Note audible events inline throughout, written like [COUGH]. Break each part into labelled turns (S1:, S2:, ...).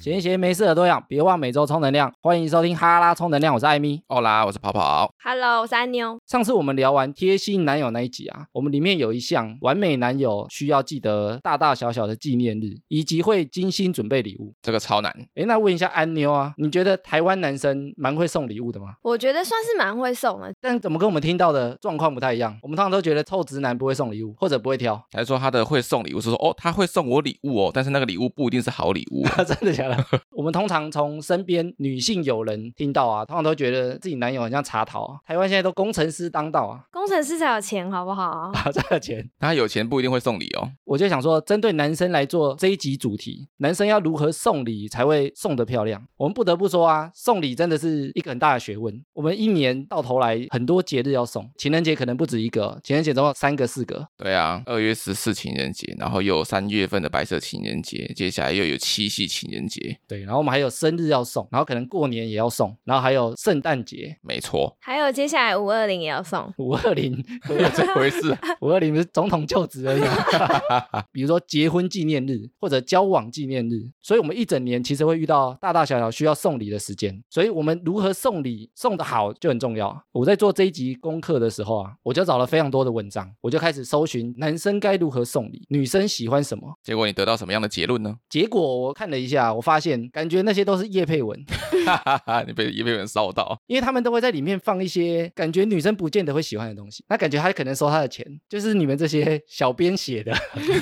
S1: 闲闲没事的多养，别忘每周充能量。欢迎收听哈拉充能量，我是艾米。
S2: 哦啦，我是跑跑，
S3: Hello，我是安妞。
S1: 上次我们聊完贴心男友那一集啊，我们里面有一项完美男友需要记得大大小小的纪念日，以及会精心准备礼物。
S2: 这个超难，
S1: 诶，那问一下安妞啊，你觉得台湾男生蛮会送礼物的吗？
S3: 我觉得算是蛮会送的，
S1: 但怎么跟我们听到的状况不太一样？我们通常都觉得臭直男不会送礼物，或者不会挑。。
S2: 还是说他的会送礼物是说哦，他会送我礼物哦，但是那个礼物不一定是好礼物
S1: [LAUGHS]
S2: 哦
S1: 真的假的？ [LAUGHS] 我们通常从身边女性友人听到啊，通常都觉得自己男友很像茶桃啊。台湾现在都工程师当道啊，
S3: 工程师才有钱，好不好？，
S1: 把这个钱
S2: [LAUGHS] 他有钱不一定会送礼哦，
S1: 我就想说，针对男生来做这一集主题，男生要如何送礼才会送得漂亮？我们不得不说啊，送礼真的是一个很大的学问。我们一年到头来很多节日要送，情人节可能不止一个，哦情人节总共有三个、四个。
S2: 对啊，二月十四情人节，然后又有三月份的白色情人节，接下来又有七夕情人节，
S1: 对，然后我们还有生日要送，然后可能过年也要送，然后还有圣诞节。
S2: 没错
S3: 还有接下来五二零也要送，
S1: 五二零，
S2: 有这回事啊。 [LAUGHS]
S1: 五二零不是总统就职而已吗，比如说结婚纪念日或者交往纪念日，所以我们一整年其实会遇到大大小小需要送礼的时间，所以我们如何送礼送得好就很重要。我在做这一集功课的时候啊，我就找了非常多的文章，我就开始搜寻男生该如何送礼，女生喜欢什么。
S2: 结果你得到什么样的结论呢？ [LAUGHS]
S1: 结果我看了一下，我发现感觉那些都是叶佩文，
S2: 哈哈哈，你被也被人烧到，
S1: 因为他们都会在里面放一些感觉女生不见得会喜欢的东西，那感觉他可能收他的钱，就是你们这些小编写的， [LAUGHS]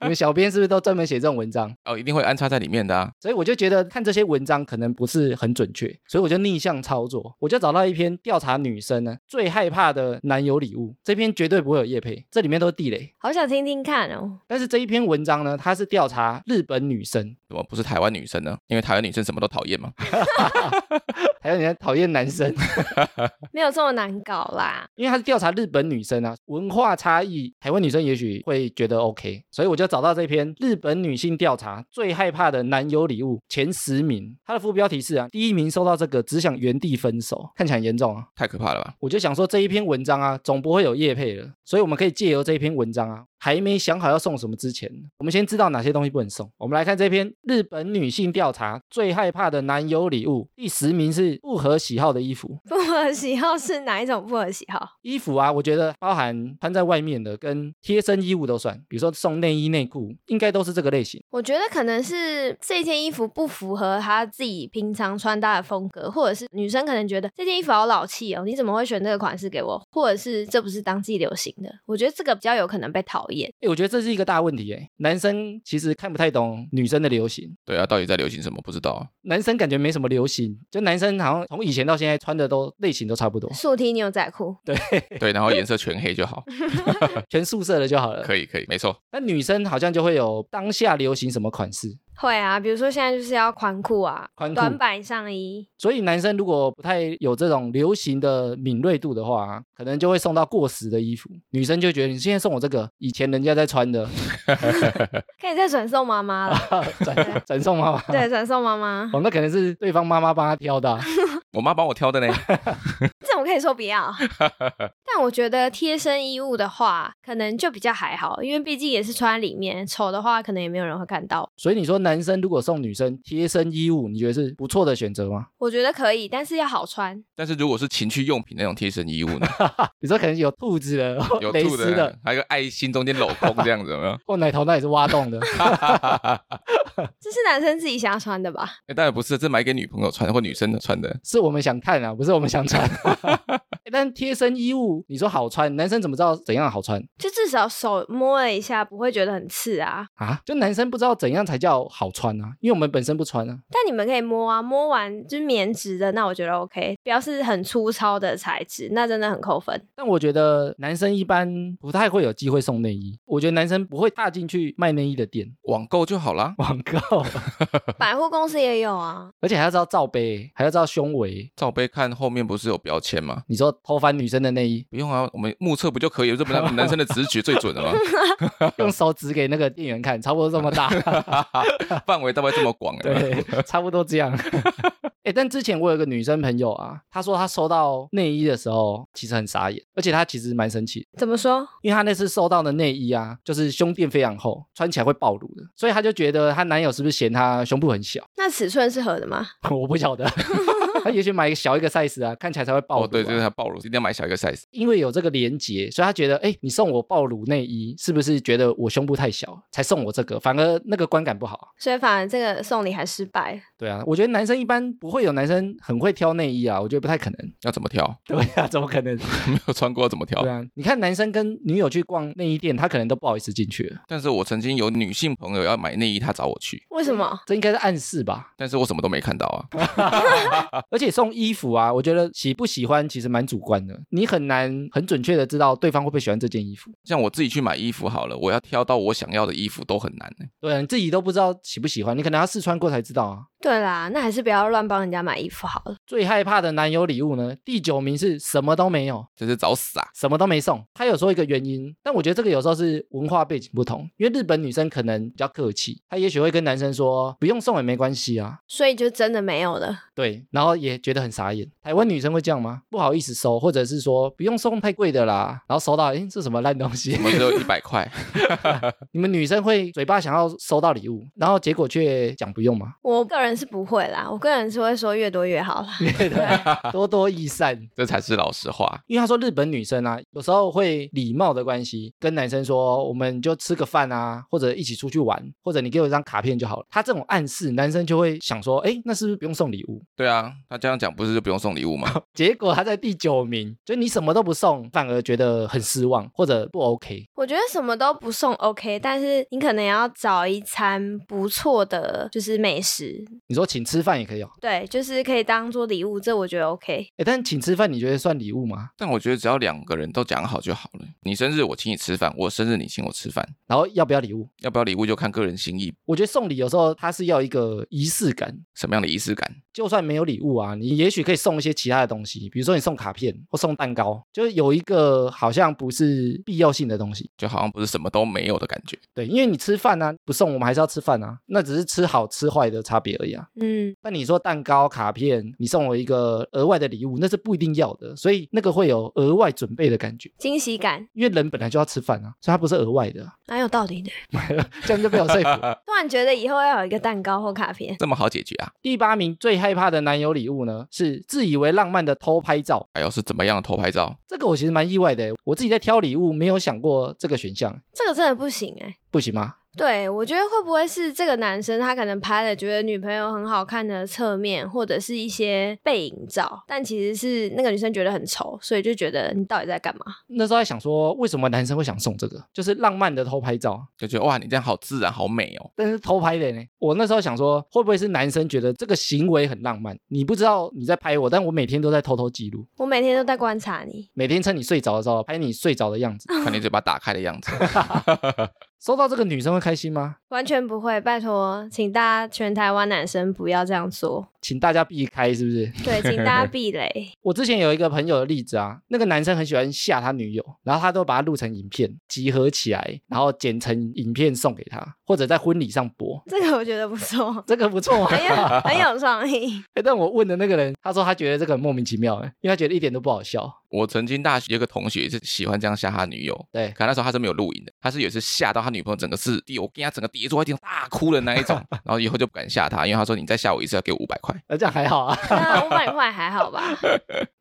S1: 你们小编是不是都专门写这种文章？
S2: 哦，一定会安插在里面的啊。
S1: 所以我就觉得看这些文章可能不是很准确，所以我就逆向操作，我就找到一篇调查女生呢最害怕的男友礼物，这篇绝对不会有叶配，这里面都是地雷。
S3: 好想听听看哦。
S1: 但是这一篇文章呢，它是调查日本女生， [LAUGHS]
S2: 怎么不是台湾女生呢？因为台湾女生什么都讨厌嘛。
S1: 还有人家讨厌男生，
S3: 没有这么难搞啦。
S1: 因为他是调查日本女生啊，文化差异，台湾女生也许会觉得 OK，所以我就找到这篇日本女性调查最害怕的男友礼物前十名，它的副标题是啊，第一名收到这个只想原地分手，看起来很严重啊。
S2: 太可怕了吧！
S1: 我就想说这一篇文章啊，总不会有叶配了，所以我们可以借由这一篇文章啊，还没想好要送什么之前，我们先知道哪些东西不能送。我们来看这篇日本女性调查最害怕的男友礼物，第十名是不合喜好的衣服。
S3: 不合喜好是哪一种不合喜好？
S1: 衣服啊，我觉得包含穿在外面的跟贴身衣物都算，比如说送内衣内裤，应该都是这个类型。
S3: 我觉得可能是这件衣服不符合她自己平常穿搭的风格，或者是女生可能觉得这件衣服好老气哦，你怎么会选这个款式给我？或者是这不是当季流行的？我觉得这个比较有可能被讨厌。
S1: 诶，我觉得这是一个大问题诶，男生其实看不太懂女生的流行。
S2: 对啊，到底在流行什么？不知道啊。
S1: 男生感觉没什么流行，就男生好像从以前到现在穿的都类型都差不多，
S3: 竖 T 牛仔裤，
S2: 对，然后颜色全黑就好， [LAUGHS]
S1: 全宿舍的就好了。
S2: 可以可以，没错。
S1: 但女生好像就会有当下流行什么款式，
S3: 会啊，比如说现在就是要宽裤啊，
S1: 宽裤
S3: 短版上衣，
S1: 所以男生如果不太有这种流行的敏锐度的话，啊可能就会送到过时的衣服。女生就觉得你现在送我这个，以前人家在穿的， [LAUGHS]
S3: 可以再转送妈妈了。
S1: 转转送妈妈。
S3: 对，转送妈妈，
S1: 哦，那可能是对方妈妈帮他挑的啊、
S2: 我妈帮我挑的呢。
S3: 你怎么可以说不要？但我觉得贴身衣物的话，可能就比较还好，因为毕竟也是穿里面，丑的话可能也没有人会看到。
S1: 所以你说男生如果送女生贴身衣物，你觉得是不错的选择吗？
S3: 我觉得可以，但是要好穿。
S2: 但是如果是情趣用品那种贴身衣物
S1: [LAUGHS]
S2: 呢？
S1: 你说可能有兔子的、
S2: 有
S1: 蕾
S2: 兔
S1: 丝的
S2: [LAUGHS] 的，，还有个爱心中间镂空这样子，有
S1: [LAUGHS]
S2: 没有？哎
S1: 或奶头那也是挖洞的。 [LAUGHS]
S3: 这是男生自己想要穿的吧？
S2: 欸当然不是，这买给女朋友穿或女生的穿的。
S1: 是我们想看啊，不是我们想穿。 [LAUGHS] 欸但贴身衣物，你说好穿，男生怎么知道怎样好穿
S3: 就至少手摸了一下，不会觉得很刺啊。
S1: 啊？就男生不知道怎样才叫好穿啊，因为我们本身不穿啊。
S3: 但你们可以摸啊，摸完就是棉质的，那我觉得 OK。不要是很粗糙的材质，那真的很扣
S1: [LAUGHS]
S3: 分。
S1: 但我觉得男生一般不太会有机会送内衣，我觉得男生不会踏进去卖内衣的店
S2: 网购就好啦，
S1: 网购， [LAUGHS]
S3: 百货公司也有啊，
S1: 而且还要知道罩杯，还要知道胸围。
S2: 罩杯看后面不是有标签吗？
S1: 你说偷翻女生的
S2: [LAUGHS]
S1: 内衣，
S2: 不用啊，我们目测不就可以了？这不是男生的直觉最准
S1: [LAUGHS]
S2: 了吗？
S1: 用手指给那个店
S2: [LAUGHS]
S1: 员看，差不多这么大，
S2: 范围大概这么广，有没有 [LAUGHS]
S1: 对，差不多这样。哎，但之前我有个女生朋友啊，她说她收到内衣的时候，其实很傻眼，而且她其实蛮生气的，
S3: 怎么说？
S1: 因为她那次收到的内衣啊，就是胸垫非常厚，穿起来会暴露的，所以她就觉得她男友是不是嫌她胸部很小？ [LAUGHS]
S3: 那尺寸是合的吗？
S1: 我不晓得， [LAUGHS] 她也许买一个小一个 size 啊，看起来才会暴露、啊。
S2: 哦，对，就是它暴露，一定要买小一个 size。
S1: 因为有这个连结，所以他觉得，哎，你送我暴乳内衣，是不是觉得我胸部太小，才送我这个？反而那个观感不好啊。
S3: 所以反而这个送礼还失败了。
S1: 对啊，我觉得男生一般不会有男生很会挑内衣啊，我觉得不太可能。 [LAUGHS]
S2: 要怎么挑？ [LAUGHS]
S1: 对啊，怎么可能？对
S2: 没有穿过怎么挑？
S1: 啊，你看男生跟女友去逛内衣店，他可能都不好意思进去了，
S2: 但是我曾经有女性朋友要买内衣，她找我去，
S3: 为什么？
S1: 这应该是暗示吧？
S2: 但是我什么都没看到啊。
S1: 而且送衣服啊，我觉得喜不喜欢其实蛮主观的，你很难很准确的知道对方会不会喜欢这件衣服。
S2: 像我自己去买衣服好了，我要挑到我想要的衣服都很难呢、
S1: 对啊，你自己都不知道喜不喜欢，你可能要试穿过才知道啊。
S3: 对啦，那还是不要乱帮人家买衣服好了。
S1: 最害怕的男友礼物呢，第九名是什么都没有，
S2: 这是找死啊！
S1: 什么都没送。他有说一个原因，但我觉得这个有时候是文化背景不同，因为日本女生可能比较客气，她也许会跟男生说不用送也没关系啊，
S3: 所以就真的没有了。
S1: 对，然后也觉得很傻眼。台湾女生会这样吗？不好意思收，或者是说不用送太贵的啦，然后收到，诶，这什么烂东西
S2: 我？们只有一百块，
S1: [LAUGHS]
S2: [LAUGHS]
S1: 你们女生会嘴巴想要收到礼物，然后结果却讲不用 [LAUGHS] 吗？
S3: 我个人是不会啦，我个人是会说越多越好啦。
S1: 多多益善。
S2: 这才是老实话。
S1: 因为他说日本女生啊，有时候会礼貌的关系跟男生说，我们就吃个饭啊，或者一起出去玩，或者你给我一张卡片就好了。他这种暗示，男生就会想说，哎，那是不是不用送礼物？
S2: 对啊，他这样讲不是就不用送礼物 [LAUGHS] 吗？
S1: 结果他在第九名，就你什么都不送，反而觉得很失望或者不 OK。
S3: 我觉得什么都不送 OK，但是你可能要找一餐不错的就是美食，
S1: 你说请吃饭也可以哦，
S3: 对，就是可以当做礼物，这我觉得 OK。
S1: 哎，但请吃饭你觉得算礼物吗？
S2: 但我觉得只要两个人都讲好就好了。你生日我请你吃饭，我生日你请我吃饭，
S1: 然后要不要礼物？
S2: 要不要礼物就看个人心意，
S1: 我觉得送礼有时候它是要一个仪式感。
S2: 什么样的仪式感？
S1: 就算没有礼物啊，你也许可以送一些其他的东西，比如说你送卡片或送蛋糕，就是有一个好像不是必要性的东西。
S2: 就好像不是什么都没有的感 [LAUGHS] 觉。
S1: 对，因为你吃饭啊，不送我们还是要吃饭啊，那只是吃好吃坏的差别而已啊。
S3: 嗯，
S1: 但你说蛋糕、卡片，你送我一个额外的礼物，那是不一定要的，所以那个会有额外准备的感觉。
S3: 惊喜感，
S1: 因为人本来就要吃饭啊，所以它不是额外的啊、
S3: 蛮有道理的。
S1: 这样就被我说服
S2: [LAUGHS]
S1: 了。
S3: 突然觉得以后要有一个蛋糕或卡片，
S2: 这么好解决啊？
S1: 第八名最害怕的男友礼物呢，是自以为浪漫的偷拍照。
S2: 哎呦，是怎么样的偷拍照？
S1: 这个我其实蛮意外的，我自己在挑礼物没有想过这个选项，
S3: 这个真的不行哎、
S1: 不行吗？
S3: 对，我觉得会不会是这个男生他可能拍了觉得女朋友很好看的侧面，或者是一些背影照，但其实是那个女生觉得很丑，所以就觉得你到底在干嘛？
S1: 那时候还想说，为什么男生会想送这个？就是浪漫的偷拍照啊，
S2: 就觉得哇，你这样好自然，好美 [LAUGHS] 哦。
S1: 但是偷拍的呢？我那时候想说，会不会是男生觉得这个行为很浪漫？你不知道你在拍我，但我每天都在偷偷记录，
S3: 我每天都在观察你，
S1: 每天趁你睡着的时候拍你睡着的样子。
S2: 看你嘴巴打开的样子，
S1: 收到这个女生会开心吗？
S3: 完全不会。拜托，请大家全台湾男生不要这样做，
S1: 请大家避开，是不是？
S3: 对，请大家避雷。
S1: 我之前有一个朋友的例子啊，那个男生很喜欢吓他女友，然后他都把它录成影片，集合起来，然后剪成影片送给她，或者在婚礼上播。，
S3: 这个我觉得不
S1: [LAUGHS]
S3: 错
S1: 这个不错啊，
S3: 很有很有创意。
S1: 欸但我问的那个人，他说他觉得这个很莫名其妙，欸因为他觉得一点都不好笑。
S2: 我曾经大学有个同学是喜欢这样吓他女友，
S1: 对，
S2: 可那时候他是没有录影的，他是有一次吓到他女朋友整个是跌，我跟他整个跌坐在地上大哭的那一种，
S1: [LAUGHS]
S2: 然后以后就不敢吓他，因为他说你再吓我一次要给我五百块。
S1: 那这样还好啊。 [LAUGHS]
S3: 那五百块还好吧？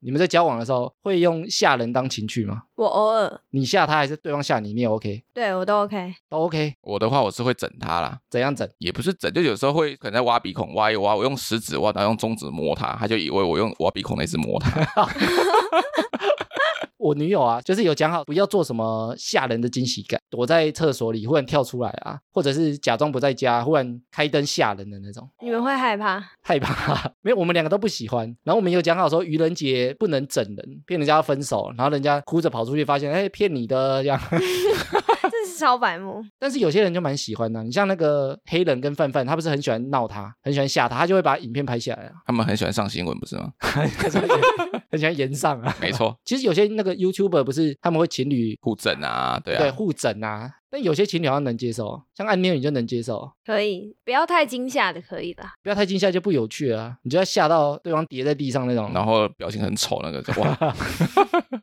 S1: 你们在交往的时候会用吓人当情趣吗？
S3: 我偶尔
S1: 你吓他还是对方吓你，你也 OK，
S3: 对我都 OK。
S1: 都 OK，
S2: 我的话我是会整他啦，
S1: 怎样整？
S2: 也不是整，就有时候会可能在挖鼻孔挖一挖，我用食指挖，然后用中指摸他，他就以为我用挖鼻孔那只
S1: [LAUGHS]
S2: 摸他。
S1: 我女友啊，就是有讲好不要做什么吓人的惊喜感，躲在厕所里忽然跳出来啊，或者是假装不在家，忽然开灯吓人的那种，
S3: 你们会害怕？
S1: 害怕。 [LAUGHS] 没有，我们两个都不喜欢。然后我们有讲好说愚人节不能整人，骗人家分手，然后人家哭着跑出去，发现哎骗你的这样。
S3: 这是超白目，
S1: 但是有些人就蛮喜欢的啊、你像那个黑人跟范范，他不是很喜欢闹他，很喜欢吓他，他就会把影片拍下来啊。
S2: 他们很喜欢上新闻，不是吗？
S1: [LAUGHS] 很喜欢延上啊。
S2: 没错，
S1: 其实有些那个 YouTuber 不是他们会情侣
S2: 互整啊，对
S1: 对
S2: 啊，
S1: 互整啊，但有些情侣好像能接受，啊像暗恋你就能接受，啊
S3: 可以，不要太惊吓的，可以啦。
S1: 不要太惊吓就不有趣了啊，你就要吓到对方跌在地上那种。啊
S2: 然后表情很丑那个，
S1: [LAUGHS]
S2: 哇，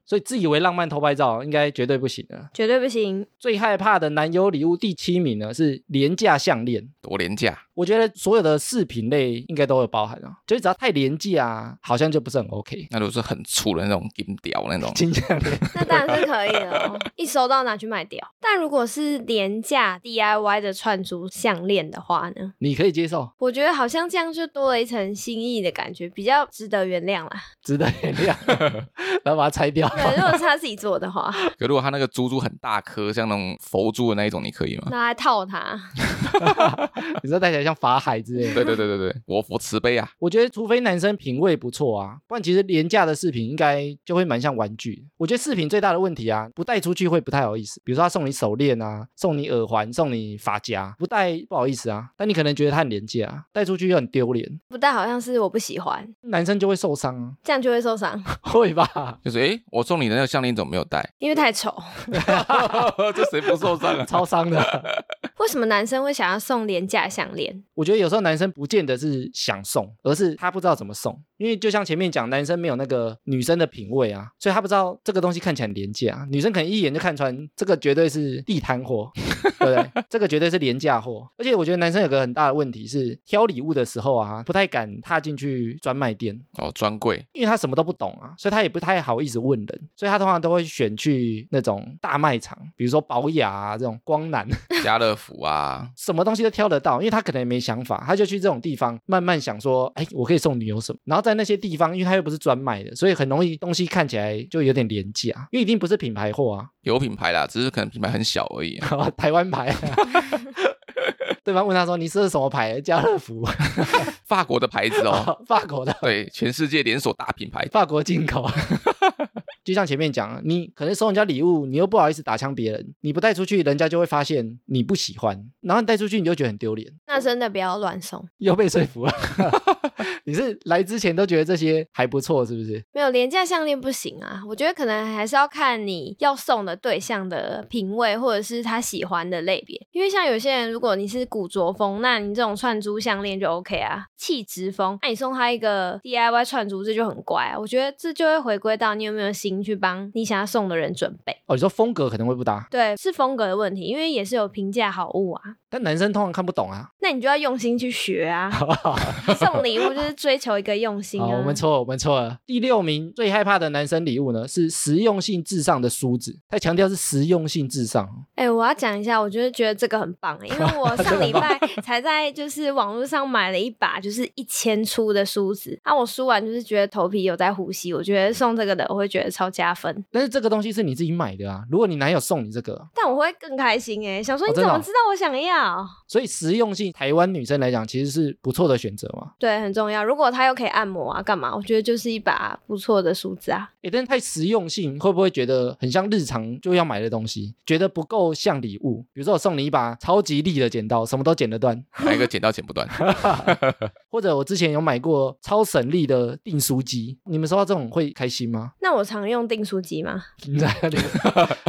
S1: 所以自以为浪漫偷拍照应该绝对不行啊。
S3: 绝对不行，
S1: 最害怕的男友礼物第七名呢是廉价项链。
S2: 多廉价，
S1: 我觉得所有的饰品类应该都有包含啊，就是只要太廉价啊，好像就不是很 OK。
S2: 那如果是很粗的那种金雕那种，
S1: 金项链，
S3: [LAUGHS] 那当然是可以了哦、一收到拿去卖掉。但如果是廉价 DIY 的串珠项链的话呢？
S1: [LAUGHS] 你可以接受，
S3: 我觉得好像这样就多了一层心意的感觉，比较值得原谅啦。
S1: 值得原谅， [LAUGHS] 然后把它拆掉。 [LAUGHS]
S3: 对，如果是他自己做的话，
S2: 可如果他那个珠珠很大颗，像那种佛珠的那一种，你可以吗？
S3: 拿来套他，
S1: 你说戴起来像法海之类的。
S2: 对对对对对，我佛慈悲啊，
S1: 我觉得除非男生品味不错啊，不然其实廉价的饰品应该就会蛮像玩具。我觉得饰品最大的问题啊，不带出去会不太好意思。比如说他送你手链啊，送你耳环，送你发夹，不带不好意思啊。但你可能觉得它很廉价、啊，带出去又很丢脸，
S3: 不但好像是我不喜欢，
S1: 男生就会受伤啊，
S3: 这样就会受伤，
S1: 会吧？
S2: 就是诶，我送你的那个项链怎么没有戴？
S3: [LAUGHS] 因为太丑。
S2: [LAUGHS] 这谁不受伤啊？
S1: 超伤的。
S3: 为什么男生会想要送廉价项链？
S1: 我觉得有时候男生不见得是想送，而是他不知道怎么送。因为就像前面讲，男生没有那个女生的品味啊，所以他不知道这个东西看起来很廉价、啊女生可能一眼就看穿，这个绝对是地摊货， [LAUGHS] 对不对？这个绝对是廉价货。而且我觉得男生有个很大的问题是，挑礼物的时候啊，不太敢踏进去专卖店，
S2: 哦，专柜
S1: 因为他什么都不懂啊，所以他也不太好意思问人，所以他通常都会选去那种大卖场，比如说宝雅啊这种光南。
S2: 家乐福啊，
S1: 什么东西都挑得到，因为他可能也没想法，他就去这种地方慢慢想说，哎，我可以送女友什么？然后在那些地方，因为他又不是专卖的，所以很容易东西看起来就有点廉价， [LAUGHS] 因为一定不是品牌货啊，
S2: 有品牌啦，只是可能品牌很小而已啊、
S1: 台湾牌、啊。对方 [LAUGHS] 问他说：“你是什么牌？家乐福，哦
S2: 法国的牌子
S1: [LAUGHS]
S2: 哦，
S1: 法国的，
S2: 对，全世界连锁大品牌，
S1: 法国进口。” [LAUGHS] 就像前面讲，你可能收人家礼物，你又不好意思打枪别人，你不带出去，人家就会发现你不喜欢，然后你带出去，你就觉得很丢脸。
S3: 那真的不要乱送，
S1: 又被说
S3: [LAUGHS]
S1: 服了。你是来之前都觉得这些还不错，是不是？
S3: 没有廉价项链不行啊。我觉得可能还是要看你要送的对象的品味，或者是他喜欢的类别。因为像有些人，如果你是古着风，那你这种串珠项链就 OK 啊。气质风，那你送他一个 DIY 串珠，这就很怪啊。我觉得这就会回归到你有没有心去帮你想要送的人准备。
S1: 哦，你说风格可能会不搭，
S3: 对，是风格的问题，因为也是有评价好物啊。
S1: 但男生通常看不懂
S3: [LAUGHS]
S1: 啊。
S3: 那你就要用心去
S1: [LAUGHS]
S3: 学啊。送礼物就是追求一个用心
S1: 好，
S3: 啊。
S1: 我们错了，我们错了。第六名最害怕的男生礼物呢是实用性至上的梳子，他强调是实用性至上哦。
S3: 哎、我要讲一下，我就是觉得这个很棒、欸，因为
S1: [LAUGHS]
S3: 我上礼拜才在就是网络上买了一把就是一千出的梳子，啊，我梳完就是觉得头皮有在呼吸，我觉得送这个的我会觉得超加分，
S1: 但是这个东西是你自己买的啊，如果你男友送你这个，啊
S3: 但我会更开心哎、想说
S1: 哦
S3: 你怎
S1: 真的
S3: 么
S1: 哦
S3: 知道我想要？
S1: 所以实用性台湾女生来讲其实是不错的选择嘛。
S3: 对，很重要。如果它又可以按摩啊，干嘛？我觉得就是一把不错的梳子啊。
S1: 诶，但是太实用性会不会觉得很像日常就要买的东西，觉得不够像礼物？比如说我送你一把超级利的剪刀，什么都剪得断，
S2: 哪一个剪刀剪不断？ [LAUGHS]
S1: 或者我之前有买过超省力的订书机，你们收到这种会开心
S3: [LAUGHS]
S1: 吗？
S3: 那我常用订书机吗？
S1: 你在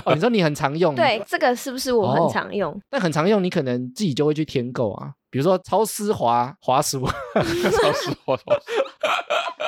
S1: 哦，你说你很常用，
S3: 对，，这个是不是我
S1: 哦
S3: 很常用？
S1: 但很常用，你可能自己就会去添购啊，比如说超丝滑滑鼠， [LAUGHS]
S2: 超时我操！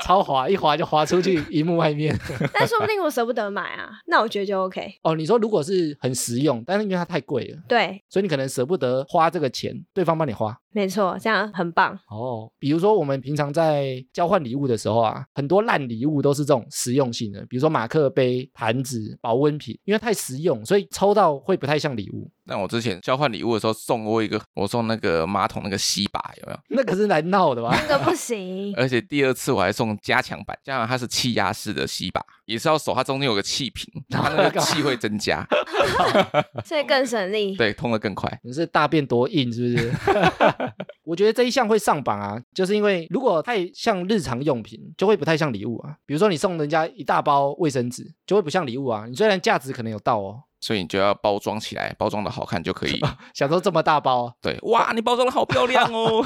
S1: 超滑一滑就滑出去荧幕外面。
S3: 但说不定我舍不得买啊，那我觉得就 OK。
S1: 哦，你说如果是很实用，但是因为它太贵了，
S3: 对，
S1: 所以你可能舍不得花这个钱，对方帮你花。
S3: 没错，这样很棒。
S1: 哦，比如说我们平常在交换礼物的时候啊，很多烂礼物都是这种实用性的，比如说马克杯、盘子、保温瓶，因为太实用，所以抽到会不太像礼物。
S2: 但我之前交换礼物的时候送过一个，我送那个马桶那个吸把有没有？
S1: 那可是来闹的吧？ [LAUGHS]
S3: 这个不行，
S2: 而且第二次我还送加强版，加强版它是气压式的吸把，也是要手，它中间有个气瓶，它那个气会增加，
S3: 所以更省力。
S2: 对，通的更快。
S1: 你是大便多硬是不是？ [LAUGHS] 我觉得这一项会上榜啊，就是因为如果太像日常用品，就会不太像礼物啊。比如说你送人家一大包卫生纸，就会不像礼物啊。你虽然价值可能有到哦，
S2: 所以你就要包装起来，包装的好看就可以。
S1: 想说这么大包，
S2: 对，哇，你包装的好漂亮哦。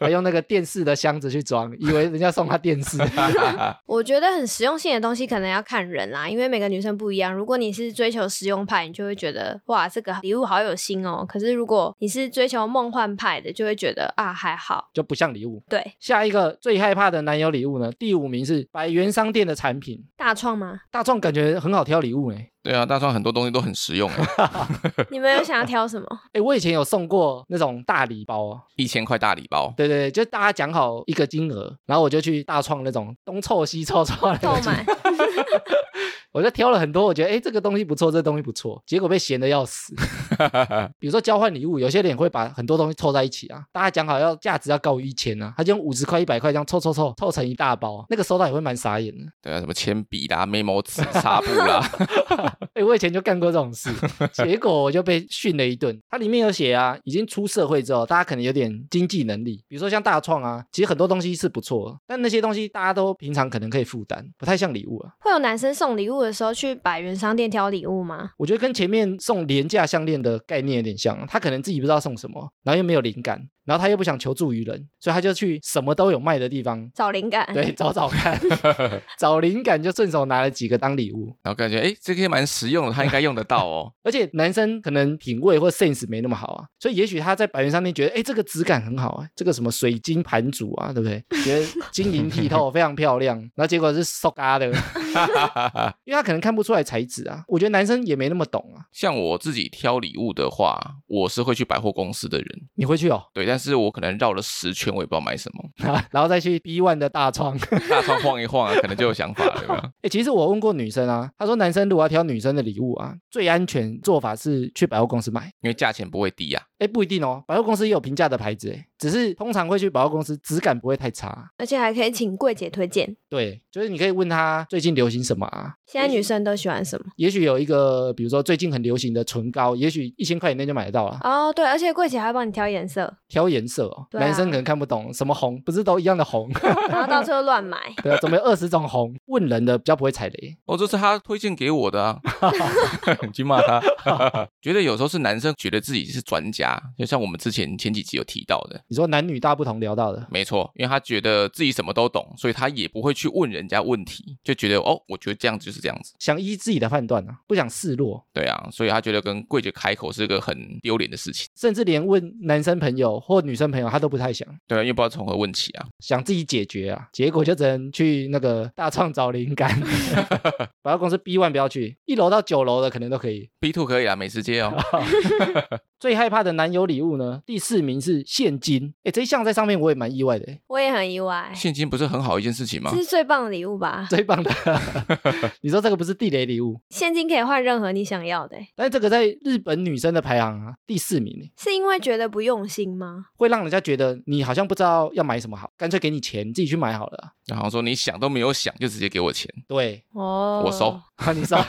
S1: 还用那个电视的箱子去装，以为人家送他电视。 [LAUGHS]
S3: 我觉得很实用性的东西可能要看人啦，因为每个女生不一样。如果你是追求实用派，你就会觉得哇，这个礼物好有心哦。可是如果你是追求梦幻派的，就会觉得啊还好。
S1: 就不像礼物。
S3: 对，
S1: 下一个最害怕的男友礼物呢？第五名是百元商店的产品，
S3: 大
S2: [LAUGHS]
S3: 创吗？
S1: 大众感觉很好挑礼物哎、欸、
S2: 对啊，大创很多东西都很实用哎，
S3: 你们有想要挑什么？
S1: 哎，我以前有送过那种大礼包哦，
S2: 一千块大礼包，
S1: 对对对，就大家讲好一个金额，然后我就去大创那种东凑西凑凑啊来
S3: 购
S1: 凑去，
S3: 买
S1: 我就挑了很多，我觉得哎这个东西不错，这个东西不错，结果被嫌的要死。比如说交换礼物，有些人也会把很多东西凑在一起啊，大家讲好要价值要高于一千啊，他就用五十块、一百块这样凑凑凑凑成一大包，啊那个收到也会蛮傻眼的。
S2: 对啊，什么铅笔啦、眉毛纸、纱布啦，
S1: 哎、我以前就干过这种事，结果我就被训了一顿。它里面有写啊，已经出社会之后，大家可能有点经济能力，比如说像大创啊，其实很多东西是不错的，但那些东西大家都平常可能可以负担，不太像礼物啊。
S3: 会有男生送礼物的时候去百元商店挑礼物吗？
S1: 我觉得跟前面送廉价项链的概念有点像，他可能自己不知道送什么，然后又没有灵感，然后他又不想求助于人，所以他就去什么都有卖的地方。
S3: 找灵感。
S1: 对，找找看，找灵感就顺手拿了几个当礼物，
S2: 然后感觉哎，这个蛮实用的，他应该用得到哦。 [LAUGHS]
S1: 而且男生可能品味或 sense 没那么好啊，所以也许他在百元商店觉得，哎，这个质感很好啊，这个什么水晶盘组啊，对不对？觉得晶莹剔透，非常漂亮，然后结果是啊塑嘎的，因为他可能看不出来材质啊。我觉得男生也没那么懂啊。
S2: 像我自己挑礼物的话，我是会去百货公司的人，
S1: 你回去哦， [LAUGHS]
S2: 对，但是我可能绕了十圈，我也不知道买什么，
S1: 然后再去 B One 的大创。
S2: 大创晃一晃啊，可能就有想法了，有没有？
S1: [LAUGHS] 哎，其实我问过女生啊，她说男生如果要挑女生的礼物啊，最安全做法是去百货公司买。
S2: 因为价钱不会低啊。
S1: 哎，不一定哦，百货公司也有平价的牌子，哎，只是通常会去百货公司，质感不会太差。啊
S3: 而且还可以请柜姐推荐。
S1: 对，就是你可以问他最近流行什么啊，
S3: 现在女生都喜欢什么？
S1: 也许有一个，比如说最近很流行的唇膏，也许一千块以内就买得到了。
S3: 哦，对，而且柜姐还会帮你挑颜色，
S1: 挑颜色哦，
S3: 对啊
S1: 男生可能看不懂什么红，不是都一样的红？ [LAUGHS]
S3: 然后到处乱买。
S1: 对啊，怎么有二十种红？问人的比较不会踩雷。
S2: 哦，这是他推荐给我的
S3: [LAUGHS]
S2: 啊， [LAUGHS] 你去骂他。 [LAUGHS] 觉得有时候是男生觉得自己是专家，就像我们之前前几集有提到的，
S1: 你说男女大不同聊到的，
S2: 没错，因为他觉得自己什么都懂，所以他也不会去问人家问题，就觉得哦，我觉得这样子就是这样子，
S1: 想依自己的判断啊，不想示弱，
S2: 对啊，所以他觉得跟柜姐开口是个很丢脸的事情，
S1: 甚至连问男生朋友或女生朋友他都不太想，
S2: 对啊，因为不知道从何问起啊。
S1: 想自己解决啊，结果就只能去那个大创找灵感。 [LAUGHS] 百货公司 B one 不要去，一楼到九楼的可能都可以。
S2: B two 可以啊，美食街
S3: [LAUGHS]
S2: 哦，
S1: 最害怕的男友礼物呢？第四名是现金，哎，这一项在上面我也蛮意外的，诶
S3: 我也很意外，
S2: 现金不是很好一件事情吗
S3: 这？是最棒的礼物吧？
S1: 最棒的。 [LAUGHS] 你说这个不是地雷礼物，
S3: 现金可以换任何你想要的欸，
S1: 但是这个在日本女生的排行啊第四名，
S3: 是因为觉得不用心吗？
S1: 会让人家觉得你好像不知道要买什么好，干脆给你钱你自己去买好了啊。
S2: 然后说你想都没有想就直接给我钱，
S1: 对， [LAUGHS]
S3: 哦，
S2: 我收。
S1: 啊，你说。 [LAUGHS]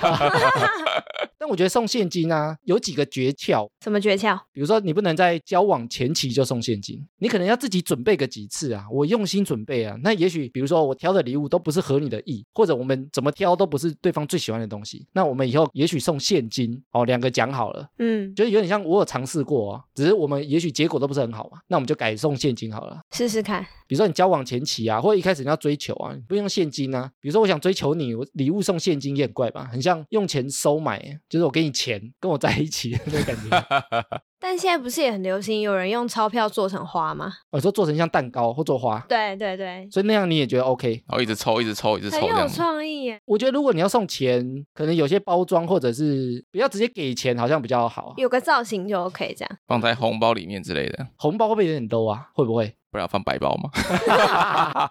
S1: 但我觉得送现金啊，有几个诀窍，
S3: 什么诀窍？
S1: 比如说，你不能在交往前期就送现金，你可能要自己准备个几次啊。我用心准备啊，那也许比如说我挑的礼物都不是合你的意，或者我们怎么挑都不是对方最喜欢的东西，那我们以后也许送现金哦，两个讲好了，
S3: 嗯，
S1: 就是有点像我有尝试过啊，只是我们也许结果都不是很好嘛，那我们就改送现金好了。
S3: 试试看。
S1: 比如说你交往前期啊，或者一开始你要追求啊，你不用现金啊。比如说我想追求你，我礼物送现金也很怪吧，很像用钱收买，就是我给你钱，跟我在一起的那种感觉。 [LAUGHS]
S3: 但现在不是也很流行有人用钞票做成花吗？
S1: 我说做成像蛋糕或做花，
S3: 对对对，
S1: 所以那样你也觉得 OK。
S2: 然后一直抽，一直抽，一直抽
S3: 很
S2: 这
S3: 有
S2: 样子。
S3: 创意耶，
S1: 我觉得如果你要送钱，可能有些包装或者是不要直接给钱，好像比较好。啊
S3: 有个造型就 OK 这样。
S2: 放在红包里面之类的，
S1: 红包会不会有点 low 啊？会不会
S2: 不然放白包嘛，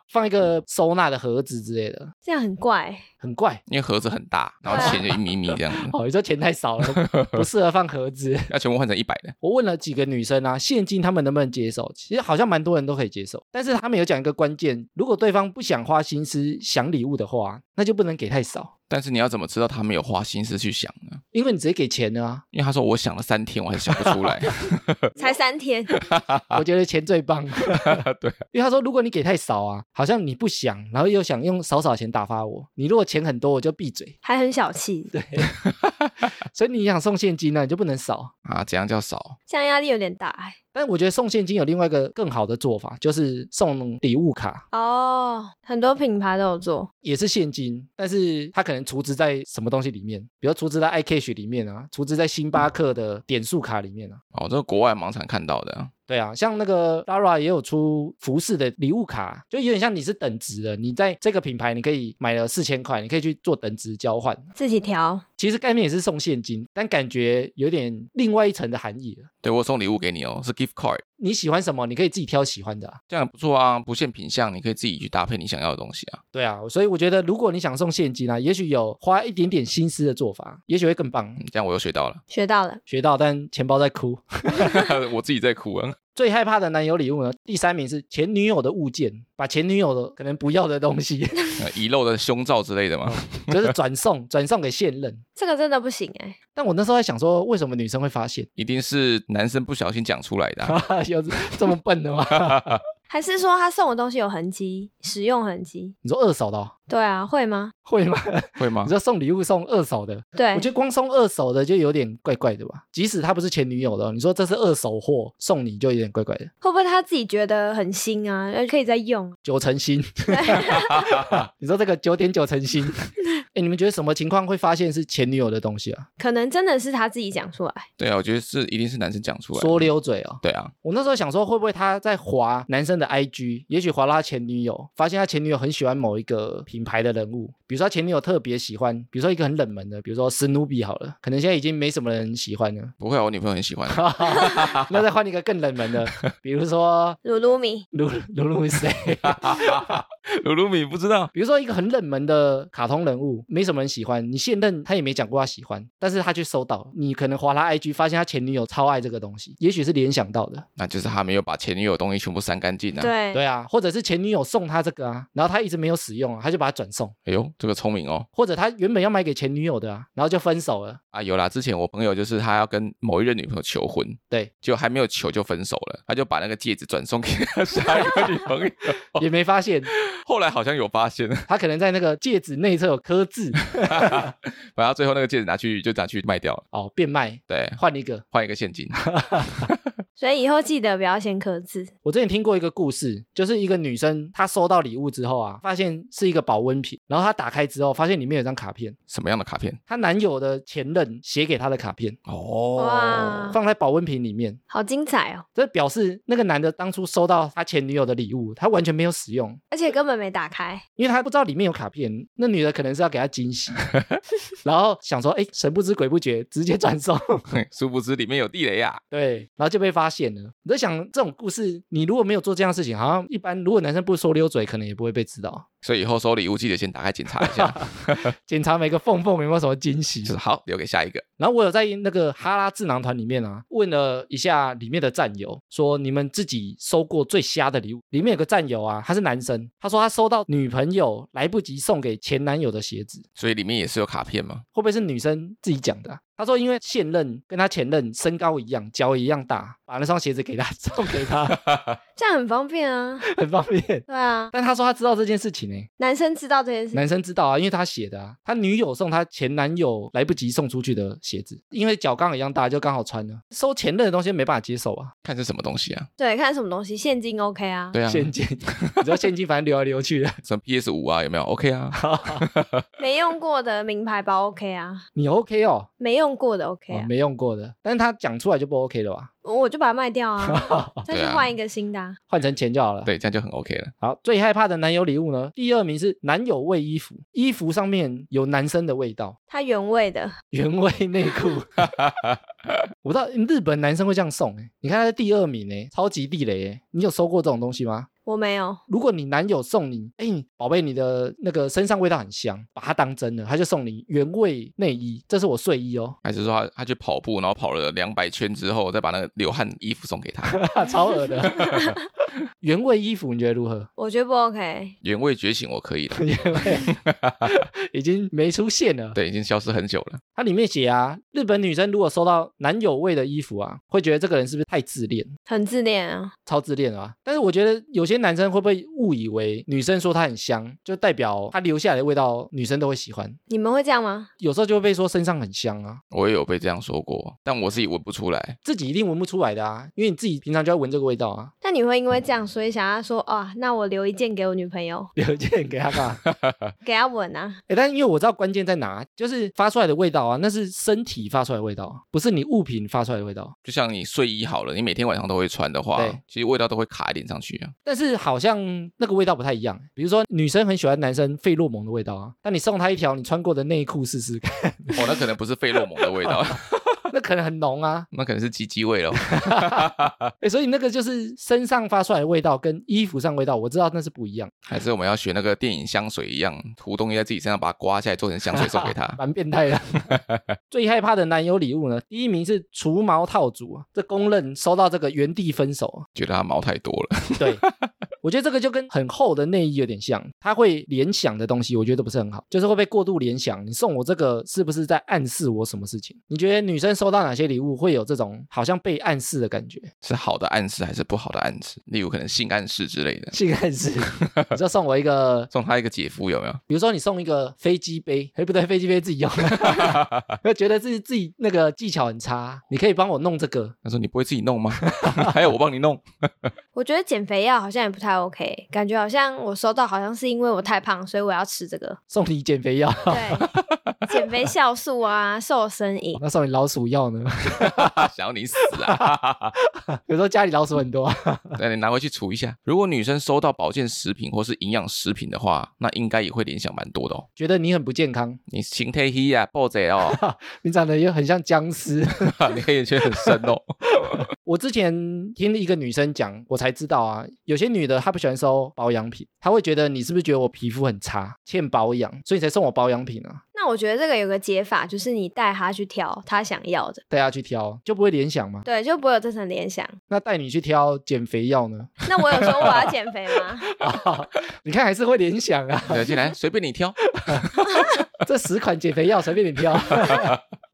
S1: 放一个收纳的盒子之类的，
S3: 这样很
S2: [LAUGHS]
S3: 怪，
S1: 很怪？。
S2: 因为盒子很大，然后钱就一米米这样子
S1: [LAUGHS] 哦，你说钱太少了，不适合放盒子。
S2: 要全部换成一百的，
S1: 我问了几个女生啊，现金她们能不能接受？其实好像蛮多人都可以接受，但是她们有讲一个关键，如果对方不想花心思想礼物的话，那就不能给太少，
S2: 但是你要怎么知道他没有花心思去想呢？
S1: 因为你直接给钱了
S2: [LAUGHS]
S1: 啊。
S2: 因为他说我想了三天，我还是想不
S1: [LAUGHS]
S2: 出来。
S3: 才三天，
S1: 我觉得钱最棒，啊
S2: [LAUGHS] 对，啊
S1: 因为她说如果你给太少啊，好像你不想，
S3: [LAUGHS]
S1: 然后又想用少少钱打发我；你如果钱很多，我就闭嘴。
S3: 还很小气。
S1: 所以你想送现金呢，你就不能少。
S2: 啊，怎样叫少？
S3: [LAUGHS] 这样压力有点大哎。
S1: 但我觉得送现金有另外一个更好的做法，就是送礼物卡，
S3: 哦，很多品牌都有做，
S1: 也是现金，但是它可能储值在什么东西里面，比如储值在 iCash 里面啊，储值在星巴克的点数卡里面啊。
S2: 哦，这个国外蛮常看到的啊、
S1: 对啊，像那个 Lara 也有出服饰的礼物卡，就有点像你是等值的，你在这个品牌你可以买了四千块，你可以去做等值交换。
S3: 自己调。
S1: 其实概念也是送现金，但感觉有点另外一层的含义了。
S2: 对我有送礼物给你哦，是 gift card，
S1: 你喜欢什么，你可以自己挑喜欢的、啊。
S2: 这样也不错啊，不限品相，你可以自己去搭配你想要的东西啊。
S1: 对啊，所以我觉得如果你想送现金啊，也许有花一点点心思的做法，也许会更棒。
S2: 嗯，这样我又学
S1: [LAUGHS]
S2: 到了，
S3: 学到了，
S1: 学到，但钱包在哭。 [LAUGHS]
S2: 我自己在哭啊。
S1: 最害怕的男友礼物呢，第三名是前女友的物件，把前女友的可能不要的东西， [LAUGHS]
S2: 呃遗漏的胸罩之类的嘛，
S1: 就是转送 [LAUGHS] 转送给现任。
S3: 这个真的不行哎、
S1: 但我那时候在想说，为什么女生会发现 [LAUGHS]
S2: 一定是男生不小心讲出来的啊、
S1: 啊？有这么笨的吗？ [LAUGHS]
S3: 还是说他送的东西有痕迹，使用痕迹？
S1: 你说二手的、哦、
S3: 对啊，会吗？
S1: 会吗？ [LAUGHS]
S2: 会吗
S1: 你？说送礼物送二手的，
S3: 对
S1: 我，觉得光送二手的就有点怪怪的吧。即使他不是前女友的哦，你说这是二手货送你就有点怪怪的，
S3: 会不会他自己觉得很新啊，而可以再用？
S1: 九成新。 [LAUGHS] 你说这个九点九成新， [LAUGHS] 哎，你们觉得什么情况会发现是前女友的东西啊？
S3: 可能真的是他自己讲出来，
S2: 对啊，我觉得是一定是男生讲出来的。
S1: 说溜嘴哦。
S2: 对啊，。
S1: 我那时候想说，会不会他在划男生的 IG，也许划到他前女友，发现他前女友很喜欢某一个品牌的人物，比如说他前女友特别喜欢，比如说一个很冷门的，比如说史努比好了，可能现在已经没什么人喜欢了
S2: [LAUGHS] 不会啊，我女朋友很
S1: [LAUGHS]
S2: 喜欢。
S1: 那再换一个更冷门的，比如说
S3: 鲁鲁
S1: [LAUGHS]
S3: 米
S1: 鲁鲁鲁谁，
S2: 鲁鲁米不知道，
S1: 比如说一个很冷门的卡通人物，没什么人喜欢，你现任他也没讲过他喜欢，但是他却收到了，你可能划他 IG，发现他前女友超爱这个东西，也许是联想到的。
S2: 那就是他没有把前女友的东西全部删干净啊。，
S3: 对
S1: 对啊，或者是前女友送他这个啊，然后他一直没有使用啊，他就把它转送，
S2: 哎呦，这个聪明哦。
S1: 或者他原本要买给前女友的啊，然后就分手了。
S2: 啊，有啦，之前我朋友就是他要跟某一任女朋友求婚，
S1: 对，
S2: 就还没有求就分手了，他就把那个戒指转送给 [LAUGHS] 他下一个女朋友。
S1: 也没发现，
S2: 后来好像有发现，
S1: 他可能在那个戒指内侧有刻字
S2: 把他最后那个戒指拿去就拿去卖掉了。
S1: 哦，变卖
S2: 对，
S1: 换一个。
S2: 换一个现金。
S3: 所以以后记得不要先刻字，
S1: 我之前听过一个故事，就是一个女生她收到礼物之后啊，发现是一个保温瓶，然后她打开之后发现里面有张卡片，
S2: 什么样的卡片？
S1: 她男友的前任写给她的卡片，
S2: 哦
S3: 哇，
S1: 放在保温瓶里面。
S3: 好精彩哦！
S1: 这表示那个男的当初收到他前女友的礼物，他完全没有使用，
S3: 而且根本没打开，
S1: 因为他不知道里面有卡片，那女的可能是要给他惊喜，然后想说，哎，神不知鬼不觉，直接转送，
S2: [LAUGHS] 殊不知里面有地雷啊！
S1: 对，然后就被发现了。我在想，这种故事，你如果没有做这样的事情，好像一般，如果男生不说溜嘴，可能也不会被知道。
S2: 所以以后收礼物记得先打开检查一下，
S1: [LAUGHS] 检查每个缝缝有没有什么惊喜
S2: 就。是好留给下一个。
S1: 然后我有在那个哈拉智囊团里面啊，问了一下里面的战友，说你们自己收过最瞎的礼物。里面有个战友啊，他是男生，他说他收到女朋友来不及送给前男友的鞋子，
S2: 所以里面也是有卡片吗？
S1: 会不会是女生自己讲的啊、他说因为现任跟他前任身高一样，脚一样大，把那双鞋子给他 [LAUGHS] 送给他，
S3: 这样很方
S2: [LAUGHS]
S3: 便啊。
S1: 很方便。
S3: 对啊，
S1: 但他说他知道这件事情呢、
S3: 男生知道这件事，
S1: 男生知道啊，因为他写的啊，他女友送他前男友来不及送出去的鞋子，因为脚刚一样大，就刚好穿了。收前任的东西没办法接受啊，
S2: 看是什么东西啊？
S3: 对，看什么东西，现金 OK 啊。
S2: 对啊，
S1: 现金，你知道现金反正流来流去
S2: [LAUGHS]
S1: 的，
S2: 什么 PS 五啊，有没有？OK 啊，
S3: 没用过的名牌包 OK 啊，
S1: 你 OK 哦，
S3: 没用过的 OK
S1: 我
S2: 哦
S3: 啊，
S1: 没用过的，但是他讲出来就不 OK 了吧？
S3: 我就把它卖掉啊，
S2: [LAUGHS]
S3: 再去
S2: 对啊
S3: 换一个新的、啊。
S1: 换成钱就好了。
S2: 对，这样就很 OK 了。
S1: 好，最害怕的男友礼物呢？第二名是男友味衣服，衣服上面有男生的味道，
S3: 它原味的，
S1: 原味内裤。我知道日本男生会这样送、欸，你看他是第二名、欸，超级地雷、欸，你有收过这种东西吗？
S3: 我没有，
S1: 如果你男友送你，哎，你宝贝，你的那个身上味道很香，把它当真了，他就送你原味内衣，这是我睡衣哦，
S2: 还是说他他去跑步，然后跑了两百圈之后，再把那个流汗衣服送给他？
S1: 超恶的。 [LAUGHS] 原味衣服你觉得如何？ [LAUGHS]
S3: 我觉得不 OK。
S2: 原味觉醒我可以的，
S1: 因为已经没出现了。
S2: 对，已经消失很久了。
S1: 它里面写啊，日本女生如果收到男友味的衣服啊，会觉得这个人是不是太自恋，
S3: 很自恋啊，
S1: 超自恋啊？但是我觉得有些些男生会不会误以为女生说她很香，就代表她留下来的味道女生都会喜欢？
S3: 你们会这样吗？
S1: 有时候就会被说身上很香啊，
S2: 我也有被这样说过，但我自己闻不出来。
S1: 自己一定闻不出来的啊，因为你自己平常就要闻这个味道啊。
S3: 那你会因为这样，所以想要说啊，那我留一件给我女朋友，
S1: 留件给他吧。
S3: 给她闻啊？
S1: 哎，但因为我知道关键在哪，就是发出来的味道啊，那是身体发出来的味道啊，不是你物品发出来的味道。啊
S2: 就像你睡衣好了，你每天晚上都会穿的话
S1: 对，
S2: 其实味道都会卡一点上去啊。
S1: 但是好像那个味道不太一样，比如说女生很喜欢男生费洛蒙的味道啊，那你送她一条你穿过的内裤试试看， [LAUGHS]
S2: 哦，那可能不是费洛蒙的味道，
S1: 那可能很浓啊。
S2: 那可能是鸡鸡味了。
S1: 哎，所以那个就是身上发出来的味道跟衣服上味道，我知道那是不一样，。
S2: 还是我们要学那个电影香水一样，涂东西在自己身上，把它刮下来做成香水送给他
S1: [LAUGHS] 蛮变态的。最害怕的男友礼物呢，第一名是除毛套组啊，这公认收到这个原地分手啊。
S2: 觉得他毛太多了，
S1: 对，我觉得这个就跟很厚的内衣有点像，它会联想的东西，我觉得不是很好，就是会被过度联想。你送我这个是不是在暗示我什么事情？你觉得女生收到哪些礼物会有这种好像被暗示的感觉？
S2: 是好的暗示还是不好的暗示？例如可能性暗示之类的，
S1: 性暗示？你就送我一个，
S2: 送他一个姐夫有没有？
S1: 比如说你送一个飞机杯，哎不对，飞机杯自 [LAUGHS] 己用，就觉得自己自己那个技巧很差，你可以帮我弄这个。
S2: 他说你不会自己弄吗？ [LAUGHS] 还有我帮你弄， [LAUGHS]
S3: 我觉得减肥药好像也不太 OK，感觉好像我收到好像是因为我太胖，所以我要吃这个。
S1: 送你减肥药，
S3: 对， [LAUGHS] 减肥酵素啊，瘦身饮。
S1: 那送你老鼠药呢？ [LAUGHS]
S2: 想要你死啊！ [LAUGHS]
S1: 有时候家里老鼠很多啊，
S2: 那你拿回去除一下。如果女生收到保健食品或是营养食品的话，那应该也会联想蛮多的哦。
S1: 觉得你很不健康，
S2: 你心太黑呀，暴贼哦， [LAUGHS]
S1: 你长得也很像僵尸。
S2: 你黑眼圈很深哦。
S1: 我之前听一个女生讲，我才知道啊，有些女的她不喜欢收保养品，她会觉得你是不是觉得我皮肤很差，欠保养，所以你才送我保养品啊，
S3: 那我觉得这个有个解法，就是你带他去挑他想要的，
S1: 带她去挑，就不会联想嘛。
S3: 对，就不会有这层联想。
S1: 那带你去挑减肥药呢？ [LAUGHS]
S3: 那我有说我要减肥吗？ [LAUGHS]
S1: 你看还是会联想啊，
S2: 对，进来随便你挑，
S1: 这十款减肥药随便你挑，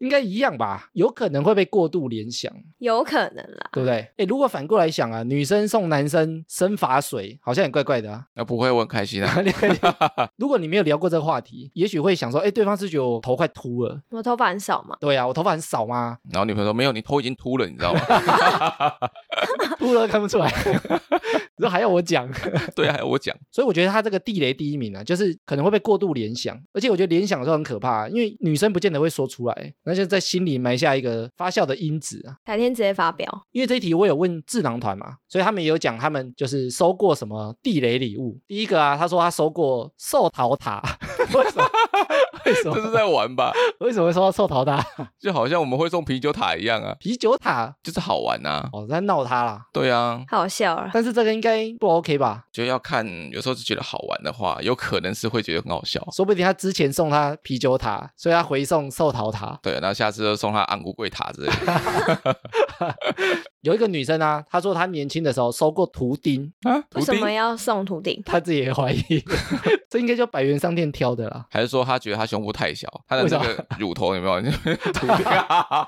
S1: 应该一样吧？有可能会被过度联想，
S3: 有可能啦。
S1: 对不对？哎，如果反过来想啊，女生送男生生发水，好像也怪怪的
S2: [LAUGHS]
S1: 啊。 [LAUGHS]
S2: 那不会我很开心啊。
S1: 如果你没有聊过这个话题，也许会想说，哎，对方是觉得我头快秃了。
S3: 我头发很少嘛，
S1: 对啊，我头发很少吗？ [LAUGHS]
S2: 然后女朋友说没有，你头已经秃了，你知道吗？
S1: 秃了看不出来， [LAUGHS] 你说还要我讲？ [LAUGHS]
S2: 对啊，还有我讲，
S1: 所以我觉得他这个地雷第一名啊，就是可能会被过度联想，而且我觉得联想的时候很可怕、啊因为女生不见得会说出来，那就在心里埋下一个发酵的因子啊。
S3: 改天直接发表。
S1: 因为这一题我有问智囊团嘛，所以他们也有讲他们就是收过什么地雷礼物。第一个啊，他说他收过寿桃塔， [LAUGHS] 为什么？为什
S2: 这是
S1: 么？
S2: 在玩吧？
S1: 为什么会收到寿桃塔？ [LAUGHS]
S2: 就好像我们会送啤酒塔一样啊，
S1: 啤酒塔
S2: 就是好玩呐、啊。
S1: 哦，在闹他啦。
S2: 对啊，
S3: 好笑了，
S1: 但是这个应该不 OK 吧？
S2: 就要看，有时候是觉得好玩的话，有可能是会觉得很好笑。
S1: 说不定他之前送他啤酒塔，所以他回送寿桃塔。
S2: 对，然后下次就送他安菇贵塔之类的
S1: 有一个女生啊，她说她年轻的时候收过图钉，
S2: 啊，
S3: 为
S2: 图
S3: 什
S2: 钉
S3: 么，要送图钉？ [LAUGHS]
S1: 她自己也怀疑， [LAUGHS] 这应该就百元商店挑的
S2: [LAUGHS]
S1: 啦，
S2: 还是说他觉得他胸部太小，他的
S1: 为
S2: 那
S1: 什么
S2: 个乳头有没 [LAUGHS] 有图钉、啊？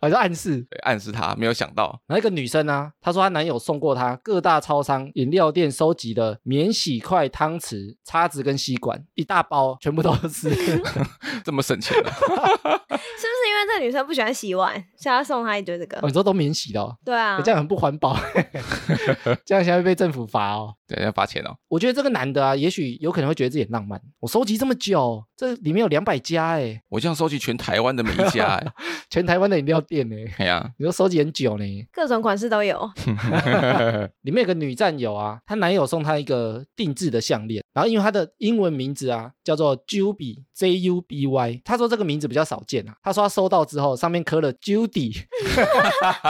S1: 好像暗示。
S2: 对暗示他没有想到，
S1: 然后一个女生啊，她说她男友送过她各大超商、饮料店收集的免洗筷、汤匙、叉子跟吸管，一大包，全部都是。
S2: 这么省钱啊， [LAUGHS]
S3: 是不是因为这个女生不喜欢洗碗，所以要送她一堆这个
S1: 哦、？你说都免洗的、哦，
S3: 对啊
S1: 欸，这样很不环保，这样现在会被政府罚哦。
S2: 对，要罚钱哦。
S1: 我觉得这个男的啊，也许有可能会觉得自己很浪漫。我收集这么久，这里面有两百家哎，
S2: 我这样收集全台湾的每一家、欸，
S1: 全台湾的饮料店哎，
S2: 哎呀， [LAUGHS]
S1: 你说收集很久呢。
S3: 各种款式都有。
S1: 里面有个女战友啊，她男友送她一个定制的项链，然后因为她的英文名字啊叫做 Juby J U B Y，她说这个名字比较少见啊，她说她收到之后上面刻了 Judy [LAUGHS]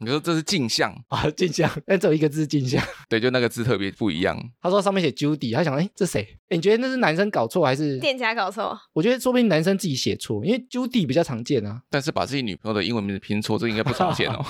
S2: 你说这是镜像，
S1: 啊静香，但只有一个字静香，
S2: 对，就那个字特别不一样。
S1: 她说上面写 Judy，她想哎这谁？诶你觉得那是男生搞错还是？
S3: 店家搞错，
S1: 我觉得说不定男生自己写错，因为 Judy 比较常见啊，
S2: 但是把自己女朋友的英文名字拼错，这应该不常见哦。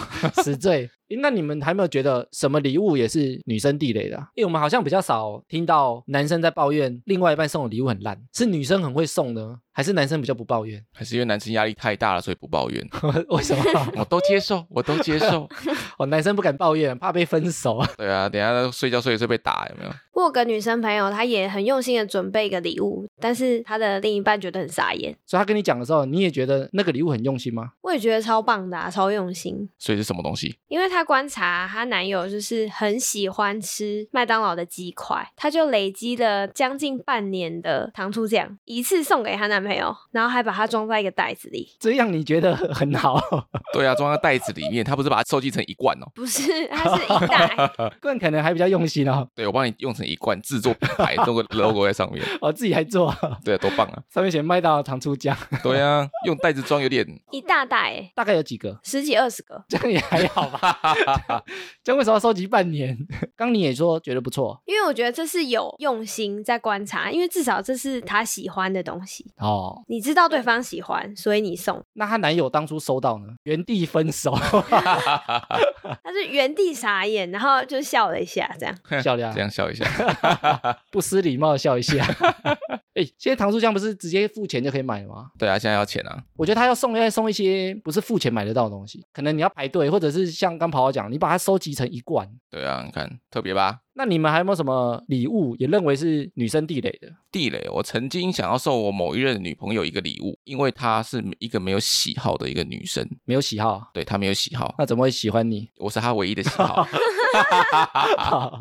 S1: 死罪。诶那你们还没有觉得什么礼物也是女生地雷的、啊？因为我们好像比较少听到男生在抱怨另外一半送的礼物很烂，是女生很会送呢，还是男生比较不抱怨？
S2: 还是因为男生压力太大了，所以不抱怨。
S1: [LAUGHS] 为什么？
S2: 我都接受，我都接受。
S1: [LAUGHS] 哦，男生不敢抱怨，怕被分手。
S2: 对啊，等一下睡觉睡一睡被打有没有？
S3: 我有个女生朋友，她也很用心的准备一个礼物，但是她的另一半觉得很傻眼。
S1: [LAUGHS] 所以他跟你讲的时候，你也觉得那个礼物很用心吗？
S3: 我也觉得超棒的、啊，超用心。
S2: 所以是什么东西？
S3: 因为她观察她男友就是很喜欢吃麦当劳的鸡块，她就累积了将近半年的糖醋酱，一次送给她男朋友，然后还把它装在一个袋子里。
S1: 这样你觉得很好？
S2: 对啊，装在袋子里面，他不是把它收集成一罐哦？
S3: 不是，它是一袋，
S1: 更可能还比较用心哦。
S2: 对，我帮你用成一罐，制作品牌弄个 logo 在上面，
S1: 哦，自己还做，
S2: 对、啊，多棒啊！
S1: 上面写麦当劳糖醋酱，
S2: 对啊，用袋子装有点，
S3: 一大袋、欸，
S1: 大概有几个？
S3: 十几二十个。
S1: 这样也还好吧？这样为什么要收集半年？刚你也说觉得不错
S3: 因为我觉得这是有用心在观察，因为至少这是她喜欢的东西，
S1: 哦，
S3: 你知道对方喜欢，所以你送，
S1: 那她男友当初收到呢，原地分
S2: [LAUGHS]
S1: 手，
S3: 她就原地傻眼，然后就笑了一下，这样。
S1: 笑了
S2: 这样笑一下。
S1: 不失礼貌的笑一
S2: [LAUGHS]
S1: 下。哎、现在糖醋酱不是直接付钱就可以买了吗？
S2: 对啊，现在要钱啊，
S1: 我觉得他要送，要送一些不是付钱买得到的东西，可能你要排队，或者是像刚跑跑讲，你把它收集成一罐。
S2: 对啊，你看特别吧。
S1: 那你们还有没有什么礼物也认为是女生地雷的？
S2: 地雷，我曾经想要送我某一任女朋友一个礼物，因为她是一个没有喜好的一个女生，
S1: 没有喜好，
S2: 对她没有喜好，
S1: 那怎么会喜欢
S2: [LAUGHS]
S1: 你？
S2: 我是她唯一的喜好。
S1: 好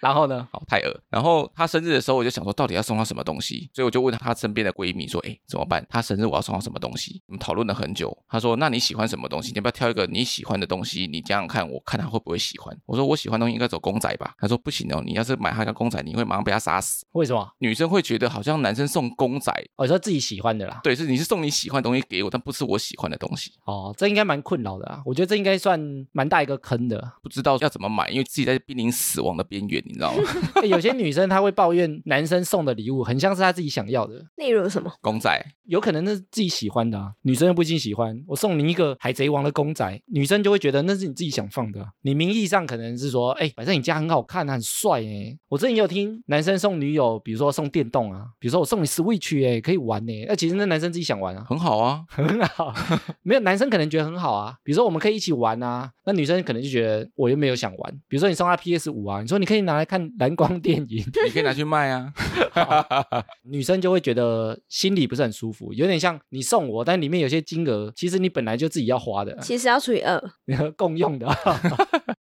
S1: 然后呢？
S2: 好，太饿。然后她生日的时候，我就想说，到底要送她什么东西？所以我就问她身边的闺蜜说，哎，怎么办？她生日我要送她什么东西？我们讨论了很久。她说，那你喜欢什么东西？你要不要挑一个你喜欢的东西？你想想看，我看她会不会喜欢？我说我喜欢的东西应该走公仔吧。她说不行哦，你要是买她个公仔，你会马上被她杀死。
S1: 为什么？
S2: 女生会觉得好像男生送公仔，
S1: 我、哦、你说自己喜欢的啦。
S2: 对，是你是送你喜欢的东西给我，但不是我喜欢的东西。
S1: 哦，这应该蛮困扰的啊，我觉得这应该算蛮大一个坑的。
S2: 不知道要怎么买，因为自己在濒临死亡的边缘，你知道吗？
S1: 欸有些女生她会抱怨男生送的礼物很像是她自己想要的，
S3: 例如什么？
S2: 公仔，
S1: 有可能那是自己喜欢的啊。女生又不一定喜欢，我送你一个海贼王的公仔，女生就会觉得那是你自己想放的啊、你名义上可能是说，哎、反正你家很好看啊，很帅哎、我之前也有听男生送女友，比如说送电动啊，比如说我送你 Switch 哎、可以玩呢、那其实那男生自己想玩
S2: [LAUGHS]
S1: 啊，
S2: 很好啊。
S1: 很好。没有男生可能觉得很好啊，比如说我们可以一起玩啊，那女生可能就觉得我又没有想玩。比如说你送她 PS 五啊，你说你可以拿来看蓝光电影，
S2: 你可以拿去卖啊。
S1: 女生就会觉得心里不是很舒服，有点像你送我，但里面有些金额其实你本来就自己要花的，
S3: 其实要除以二。
S1: [LAUGHS] 共用的。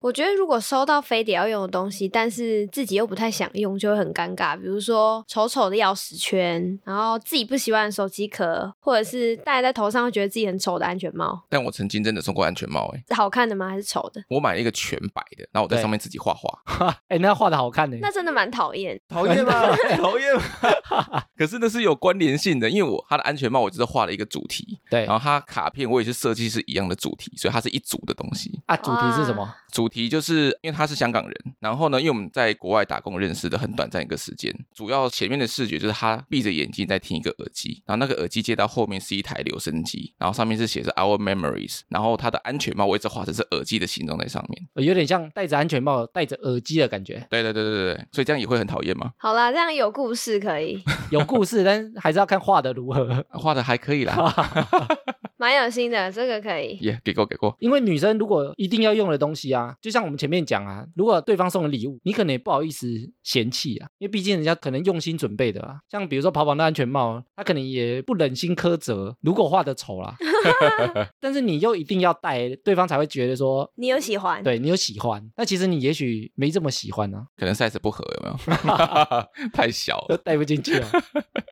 S3: 我觉得如果收到非得要用的东西，但是自己又不太想用，就会很尴尬。比如说丑丑的钥匙圈，然后自己不喜欢的手机壳，或者是戴在头上会觉得自己很丑的安全帽，
S2: 但我曾经真的送过安全帽、欸，哎，
S3: 是好看的吗？还是丑的？
S2: 我买了一个全白的，然后我在
S1: 对
S2: 上面自己画画， [LAUGHS]
S1: 哎、那画的好看呢、
S3: 那真的蛮讨厌。
S2: 讨厌吧， [LAUGHS] 讨厌吧。 [LAUGHS] 可是那是有关联性的，因为我他的安全帽我就是画了一个主题，
S1: 对
S2: 然后他卡片我也是设计是一样的主题，所以它是一组的东西。
S1: 啊，主题是什么
S3: 哇？
S2: 主题就是因为他是香港人，然后呢，因为我们在国外打工认识的很短暂一个时间，主要前面的视觉就是他闭着眼睛在听一个耳机，然后那个耳机接到后面是一台留声机，然后上面是写着 Our Memories，然后他的安全帽我一直画成是耳机的形状在上面。
S1: 有点像戴着安全帽、戴着耳机的感觉，
S2: 对对对对对，所以这样也会很讨厌吗？
S3: 好啦，这样有故事可以，
S1: 有故事， [LAUGHS] 但是还是要看画的如何。 [LAUGHS]
S2: 画的还可以啦，
S3: 蛮有心的，这个可以。
S2: 也、给过给过。
S1: 因为女生如果一定要用的东西啊，就像我们前面讲啊，如果对方送的礼物，你可能也不好意思嫌弃啊，因为毕竟人家可能用心准备的啊。像比如说跑跑的安全帽，他可能也不忍心苛责，如果画的丑啦，但是你又一定要戴，对方才会觉得说。
S3: 你有喜欢？
S1: 对你有喜欢，那其实你也许没这么喜欢呢、
S2: 可能 size 不合有没
S1: [LAUGHS]
S2: 有？太小
S1: 都
S2: 了。
S1: 带不进去哦。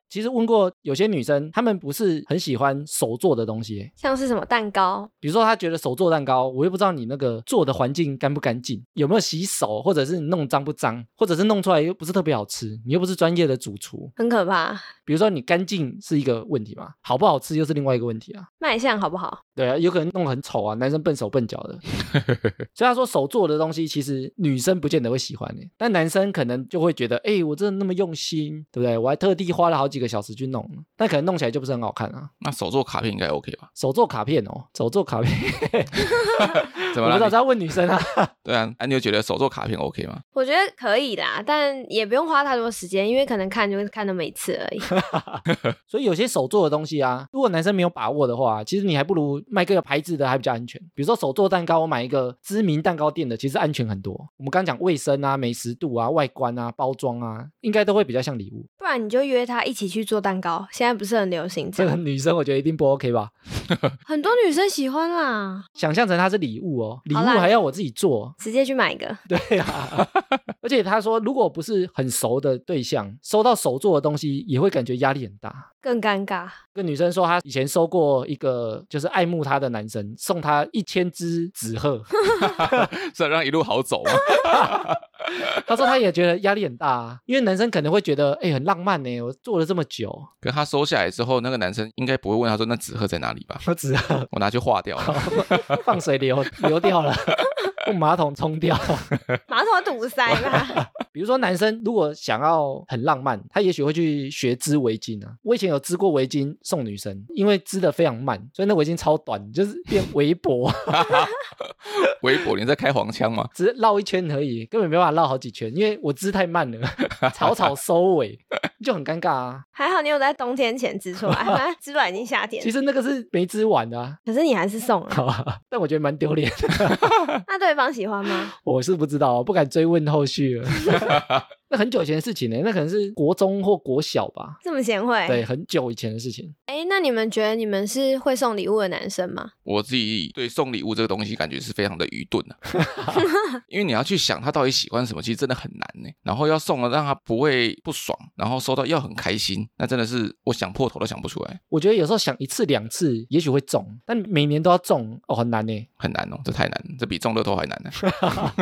S1: 其实问过有些女生，她们不是很喜欢手做的东西耶，
S3: 像是什么蛋糕？
S1: 比如说她觉得手做蛋糕，我又不知道你那个做的环境干不干净，有没有洗手，或者是你弄脏不脏，或者是弄出来又不是特别好吃，你又不是专业的主厨。
S3: 很可怕，
S1: 比如说你干净是一个问题嘛，好不好吃又是另外一个问题啊。
S3: 卖相好不好？
S1: 对啊，有可能弄得很丑啊，男生笨手笨脚
S2: [LAUGHS]
S1: 的。所以他说手做的东西，其实女生不见得会喜欢欸但男生可能就会觉得，哎、我真的那么用心，对不对？我还特地花了好几个小时去弄，但可能弄起来就不是很好看啊。
S2: 那手做卡片应该 OK 吧？
S1: 手做卡片哦，手做卡片， [LAUGHS]
S2: 怎
S1: 我不
S2: 么
S1: 知道
S2: 了？
S1: 在问女生啊。
S2: 对啊，啊，你有觉得手做卡片 OK 吗？
S3: 我觉得可以啦，但也不用花太多时间，因为可能看就看那么一次而已。
S1: 所以有些手做的东西啊，如果男生没有把握的话，其实你还不如卖个牌子的还比较安全。比如说手做蛋糕，我买一个知名蛋糕店的，其实安全很多。我们刚讲卫生啊、美食度啊、外观啊、包装啊，应该都会比较像礼物。
S3: 不然你就约他一起去做蛋糕，现在不是很流行这
S1: 这个
S3: 样，
S1: 女生我觉得一定不 OK 吧？
S3: 很多女生喜欢啦，
S1: 想象成它是礼物哦，礼物
S3: 好啦
S1: 还要我自己
S3: [LAUGHS]
S1: 做。
S3: 直接去买一个。
S1: 对啊，而且他说，如果不是很熟的对象，收到手做的东西也会感觉压力很大。
S3: 更尴尬，
S1: 跟女生说，她以前收过一个就是爱慕她的男生送她一千只纸鹤，
S2: 是要让一路好走吗？
S1: [LAUGHS]
S2: 啊
S1: 他说他也觉得压力很大、啊，因为男生可能会觉得，哎、很浪漫呢、我做了这么久，
S2: 可他收下来之后，那个男生应该不会问他说那纸鹤在哪里吧？
S1: 我只要
S2: 我拿去化掉了。
S1: [LAUGHS] 放水流流掉了，用马桶冲掉。 [LAUGHS]
S3: 马桶堵塞吧。
S1: 比如说，男生如果想要很浪漫，他也许会去学织围巾啊。我以前有织过围巾送女生，因为织的非常慢，所以那围巾超短，就是变围脖，
S2: 微博你在开黄腔吗？
S1: [LAUGHS] 只是绕一圈而已，根本没办法绕好几圈，因为我织太慢了，草草收尾就很尴尬啊。
S3: 还好你有在冬天前织出来，反正织完已经夏天
S1: 其，实那个是没织完的、啊，
S3: 可是你还是送
S1: [LAUGHS]
S3: 了。
S1: 但我觉得蛮丢脸的。
S3: 那对方喜欢吗？
S1: 我是不知道，不敢追问后续了。 [LAUGHS] 那很久以前的事情呢、那可能是国中或国小吧。
S3: 这么贤惠。
S1: 对，很久以前的事情。
S3: 哎，那你们觉得你们是会送礼物的男生
S2: [LAUGHS]
S3: 吗？
S2: 我自己对送礼物这个东西感觉是非常的愚钝
S1: [LAUGHS]
S2: 的、因为你要去想他到底喜欢什么，其实真的很难呢。然后要送了让他不会不爽，然后收到要很开心，那真的是我想破头都想不出来，
S1: 我觉得有时候想一次两次，也许会中，但每年都要中哦，很难呢。
S2: 很难哦，这太难，这比中乐透还难呢。 [LAUGHS]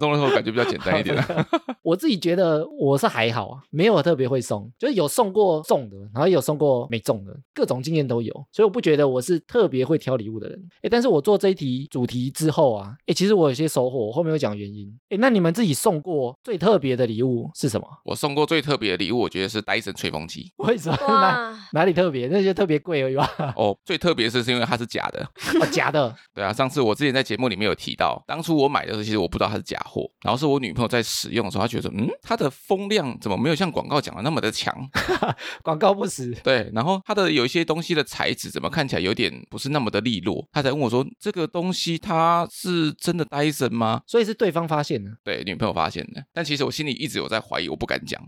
S2: 中乐透感觉比较简单一点、啊，
S1: 我自己觉得我是还好啊，没有特别会送，就是有送过中的，然后也有送过没中的，各种经验都有，所以我不觉得我是特别会挑礼物的人。诶，但是我做这一题主题之后啊，诶，其实我有些收获，我后面会讲原因。诶，那你们自己送过最特别的礼物是什么？ [LAUGHS]
S2: 我送过最特别的礼物，我觉得是戴森吹风机。
S1: 为什么？ [LAUGHS] 那
S3: 哇，
S1: 哪里特别？那就特别贵而已吧。 [LAUGHS]
S2: 哦，最特别是是因为它是假的。
S1: 哦，假的，
S2: 对啊，上次我之前在节目里面有提到，当初我买的时候，其实我不知道它是假货，然后是我女朋友在使用的时候，她觉得嗯，它的风量怎么没有像广告讲的那么的强？
S1: 广告不实。
S2: 对，然后它的有一些东西的材质怎么看起来有点不是那么的利落，她才问我说这个东西它是真的 Dyson 吗？
S1: 所以是对方发现的，
S2: 对，女朋友发现的，但其实我心里一直有在怀疑，我不敢讲，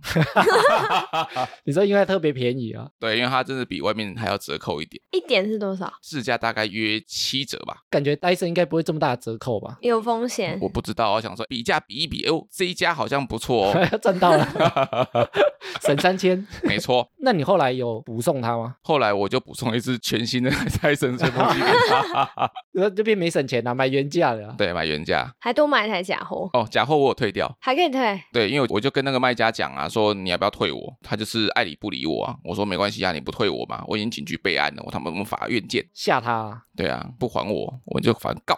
S1: 你说因为它特别便宜啊，
S2: 对，因为它真的比外面还要折扣一点，
S3: 一点是多少？
S2: 市价大概约七折吧，
S1: 感觉戴森应该不会这么大的折扣吧？
S3: 有风险。
S2: 我不知道，我想说比价比一比，哎呦，这一家好像不
S1: [LAUGHS]
S2: 错哦，
S1: 赚到了，
S2: [LAUGHS]
S1: 省三千。
S2: 没错，
S1: 那你后来有补送他吗？
S2: 后来我就补送了一只全新的 [LAUGHS] 戴森吹风机给他，
S1: 那这边没省钱啊，买原价的、啊。
S2: 对，买原价。
S3: 还多买一台假货，
S2: 哦，假货我有退掉，
S3: 还可以退。
S2: 对，因为我就跟那个卖家讲啊，说你要不要退我？他就是爱理不理我啊。我说没关系啊，你不退我嘛，我已经警局备案了，我他们法院见。
S1: 吓他、啊。
S2: 对啊，不还我，我就反告。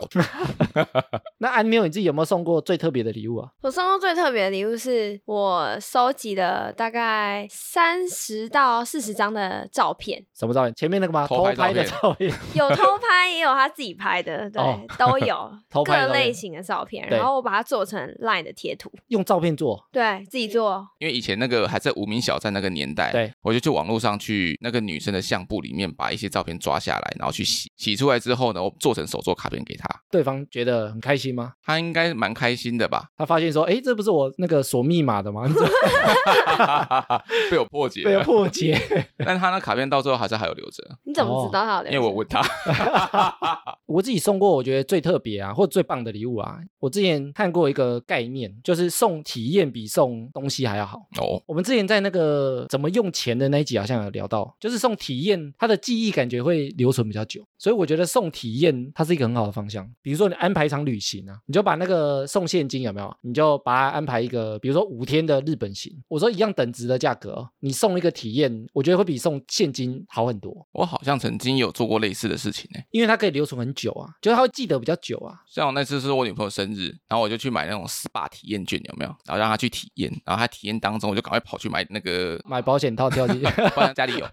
S1: 那安妞你自己有没有送过最特别的礼物啊？
S3: 我送过最特别的礼物是我收集了大概三十到四十张的照片，
S1: 什么照片？前面那个吗？
S2: 偷拍
S1: 拍的照
S2: 照
S1: 片。 [LAUGHS]
S3: 有偷拍，也有他自己拍的，对，
S1: 哦
S3: 都有
S1: 偷拍的
S3: 各
S1: 照片
S3: 类型的照片，
S1: 对
S3: 然后我把它做成 LINE 的贴图，
S1: 用照片做，
S3: 对自己做，
S2: 因为以前那个还在无名小站那个年代，
S1: 对，
S2: 我就去网络上去那个女生的相簿里面把一些照片抓下来，然后去洗，洗出来之后呢，我做成手作卡片给她，
S1: 对方觉得很开心吗？
S2: 她应该蛮开心的吧？ [LAUGHS]
S1: 他发现说，哎，这不是我那个锁密码的吗？你怎 [LAUGHS] 么
S2: 被我破解
S1: 被
S2: 了
S1: 人，破解？
S2: 但她那卡片到最后还是还有留着，
S3: 你怎么
S1: 哦
S3: 知道他有留
S2: 因
S3: 着？
S2: 为我问她。 [LAUGHS]
S1: 我自己送过我觉得最特别啊，或最棒的礼物啊，我之前看过一个概念，就是送体验比送东西还要好。
S2: 哦，
S1: 我们之前在那个怎么用钱的那一集好像有聊到，就是送体验，它的记忆感觉会留存比较久，所以我觉得送体验它是一个很好的方向。比如说你安排一场旅行啊，你就把那个送现金有没有？你就把它安排一个，比如说五天的日本行，我说一样等值的价格哦，你送一个体验，我觉得会比送现金好很多，
S2: 我好像曾经有做过类似的事情呢、
S1: 因为它可以留存很久啊，就是它会记得比较久啊。
S2: 像我那次是我女朋友生日，然后我就去买那种 SPA 体验券，有没有？然后让她去体验，然后她体验当中，我就赶快跑去买那个，
S1: 买保险套跳进去，
S2: 不然
S1: [LAUGHS]
S2: 家里有，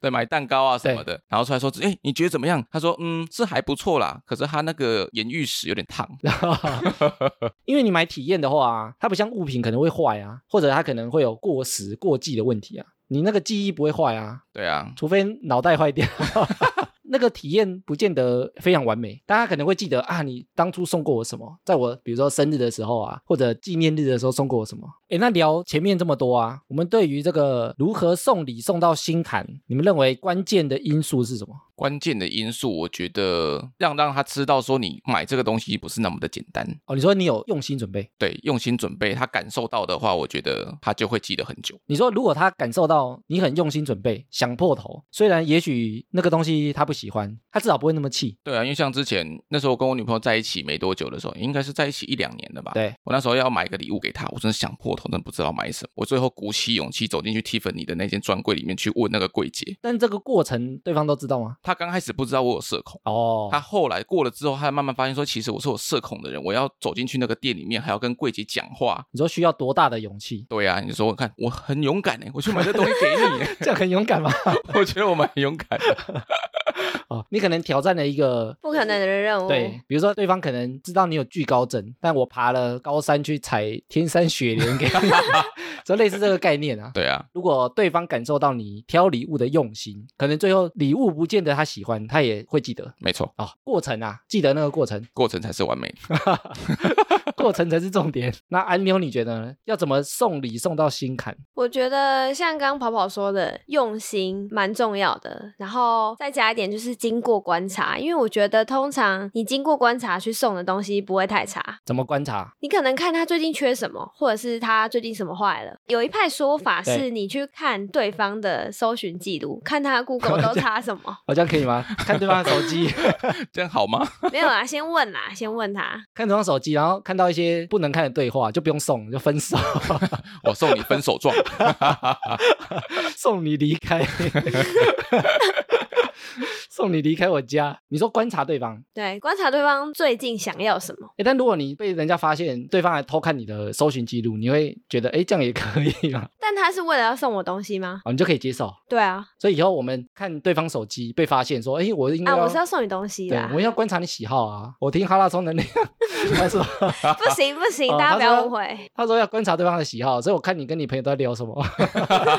S2: 对，买蛋糕啊什么的。然后出来说，哎、你觉得怎么样？她说，嗯，是还不错啦，可是她那个盐浴石有点烫。
S1: 因为你买体验的话、啊，它不像物品可能会坏啊，或者它可能会有过时过季的问题啊。你那个记忆不会坏啊，
S2: 对啊，
S1: 除非脑袋坏掉。 [LAUGHS] 那个体验不见得非常完美，大家可能会记得啊，你当初送过我什么？在我比如说生日的时候啊，或者纪念日的时候送过我什么？诶，那聊前面这么多啊，我们对于这个如何送礼送到心坎，你们认为关键的因素是什么？
S2: 关键的因素，我觉得让让她知道说，你买这个东西不是那么的简单，
S1: 哦，你说你有用心准备，
S2: 对，用心准备，她感受到的话，我觉得她就会记得很久。
S1: 你说，如果他感受到你很用心准备，想破头，虽然也许那个东西他不喜欢，他至少不会那么气。
S2: 对啊，因为像之前那时候我跟我女朋友在一起没多久的时候，应该是在一起一两年了吧。
S1: 对，
S2: 我那时候要买一个礼物给她，我真的想破头，真的不知道买什么。我最后鼓起勇气走进去 Tiffany 的那间专柜里面去问那个柜姐，
S1: 但这个过程对方都知道吗？
S2: 她刚开始不知道我有社恐。
S1: 哦，
S2: 她后来过了之后，她慢慢发现说，其实我是有社恐的人，我要走进去那个店里面，还要跟柜姐讲话。
S1: 你说需要多大的勇气？
S2: 对啊，你说我看我很勇敢哎，我去买这东西给
S1: [LAUGHS]
S2: 你，欸
S1: 这样很勇敢吗？
S2: [LAUGHS] 我觉得我蛮勇敢的。
S1: [LAUGHS]
S2: [LAUGHS]
S1: 哦，你可能挑战了一个。
S3: 不可能的任务。
S1: 对，比如说对方可能知道你有惧高症，但我爬了高山去采天山雪莲给你， [LAUGHS] 就类似这个概念啊。
S2: 对啊，
S1: 如果对方感受到你挑礼物的用心，可能最后礼物不见得他喜欢，他也会记得
S2: 没错，
S1: 哦。过程啊，记得那个过程，
S2: 过程才是完美的。
S1: [LAUGHS] 过程才是重点。 [LAUGHS] 那安妞你觉得呢？要怎么送礼送到心坎？
S3: 我觉得像刚刚跑跑说的，用心蛮重要的，然后再加一点就是经过观察，因为我觉得通常你经过观察去送的东西不会太差。
S1: 怎么观察？
S3: 你可能看他最近缺什么，或者是他最近什么坏了。有一派说法
S1: 对
S3: 是你去看对方的搜寻记录，看
S1: [LAUGHS]。
S3: 他 Google 都查什么
S1: 好像可以吗？看对方的手机，
S2: 这样好吗？
S3: 没有啦，先问啦，先问他。
S1: 看对方手机，然后看到一些不能看的对话，就不用送，就分手， [LAUGHS]
S2: 我送你分手状。 [LAUGHS]
S1: 送你离开， [LAUGHS] 送你离开我家。你说观察对方，
S3: 对，观察对方最近想要什么。
S1: 诶，但如果你被人家发现对方还偷看你的搜寻记录，你会觉得诶，这样也可以吗？
S3: 但他是为了要送我东西吗？
S1: 哦，你就可以接受。
S3: 对啊，
S1: 所以以后我们看对方手机被发现说，诶，我应该
S3: 啊，我是要送你东西
S1: 对，
S3: 啦
S1: 我。们要观察你喜好啊。我听哈拉充能量，他说
S3: 不行不行，
S1: 哦
S3: 大家
S1: 他
S3: 不要
S1: 说 [LAUGHS]
S3: 误会。
S1: 他说要观察对方的喜好，所以我看你跟你朋友都在聊什么。 [LAUGHS]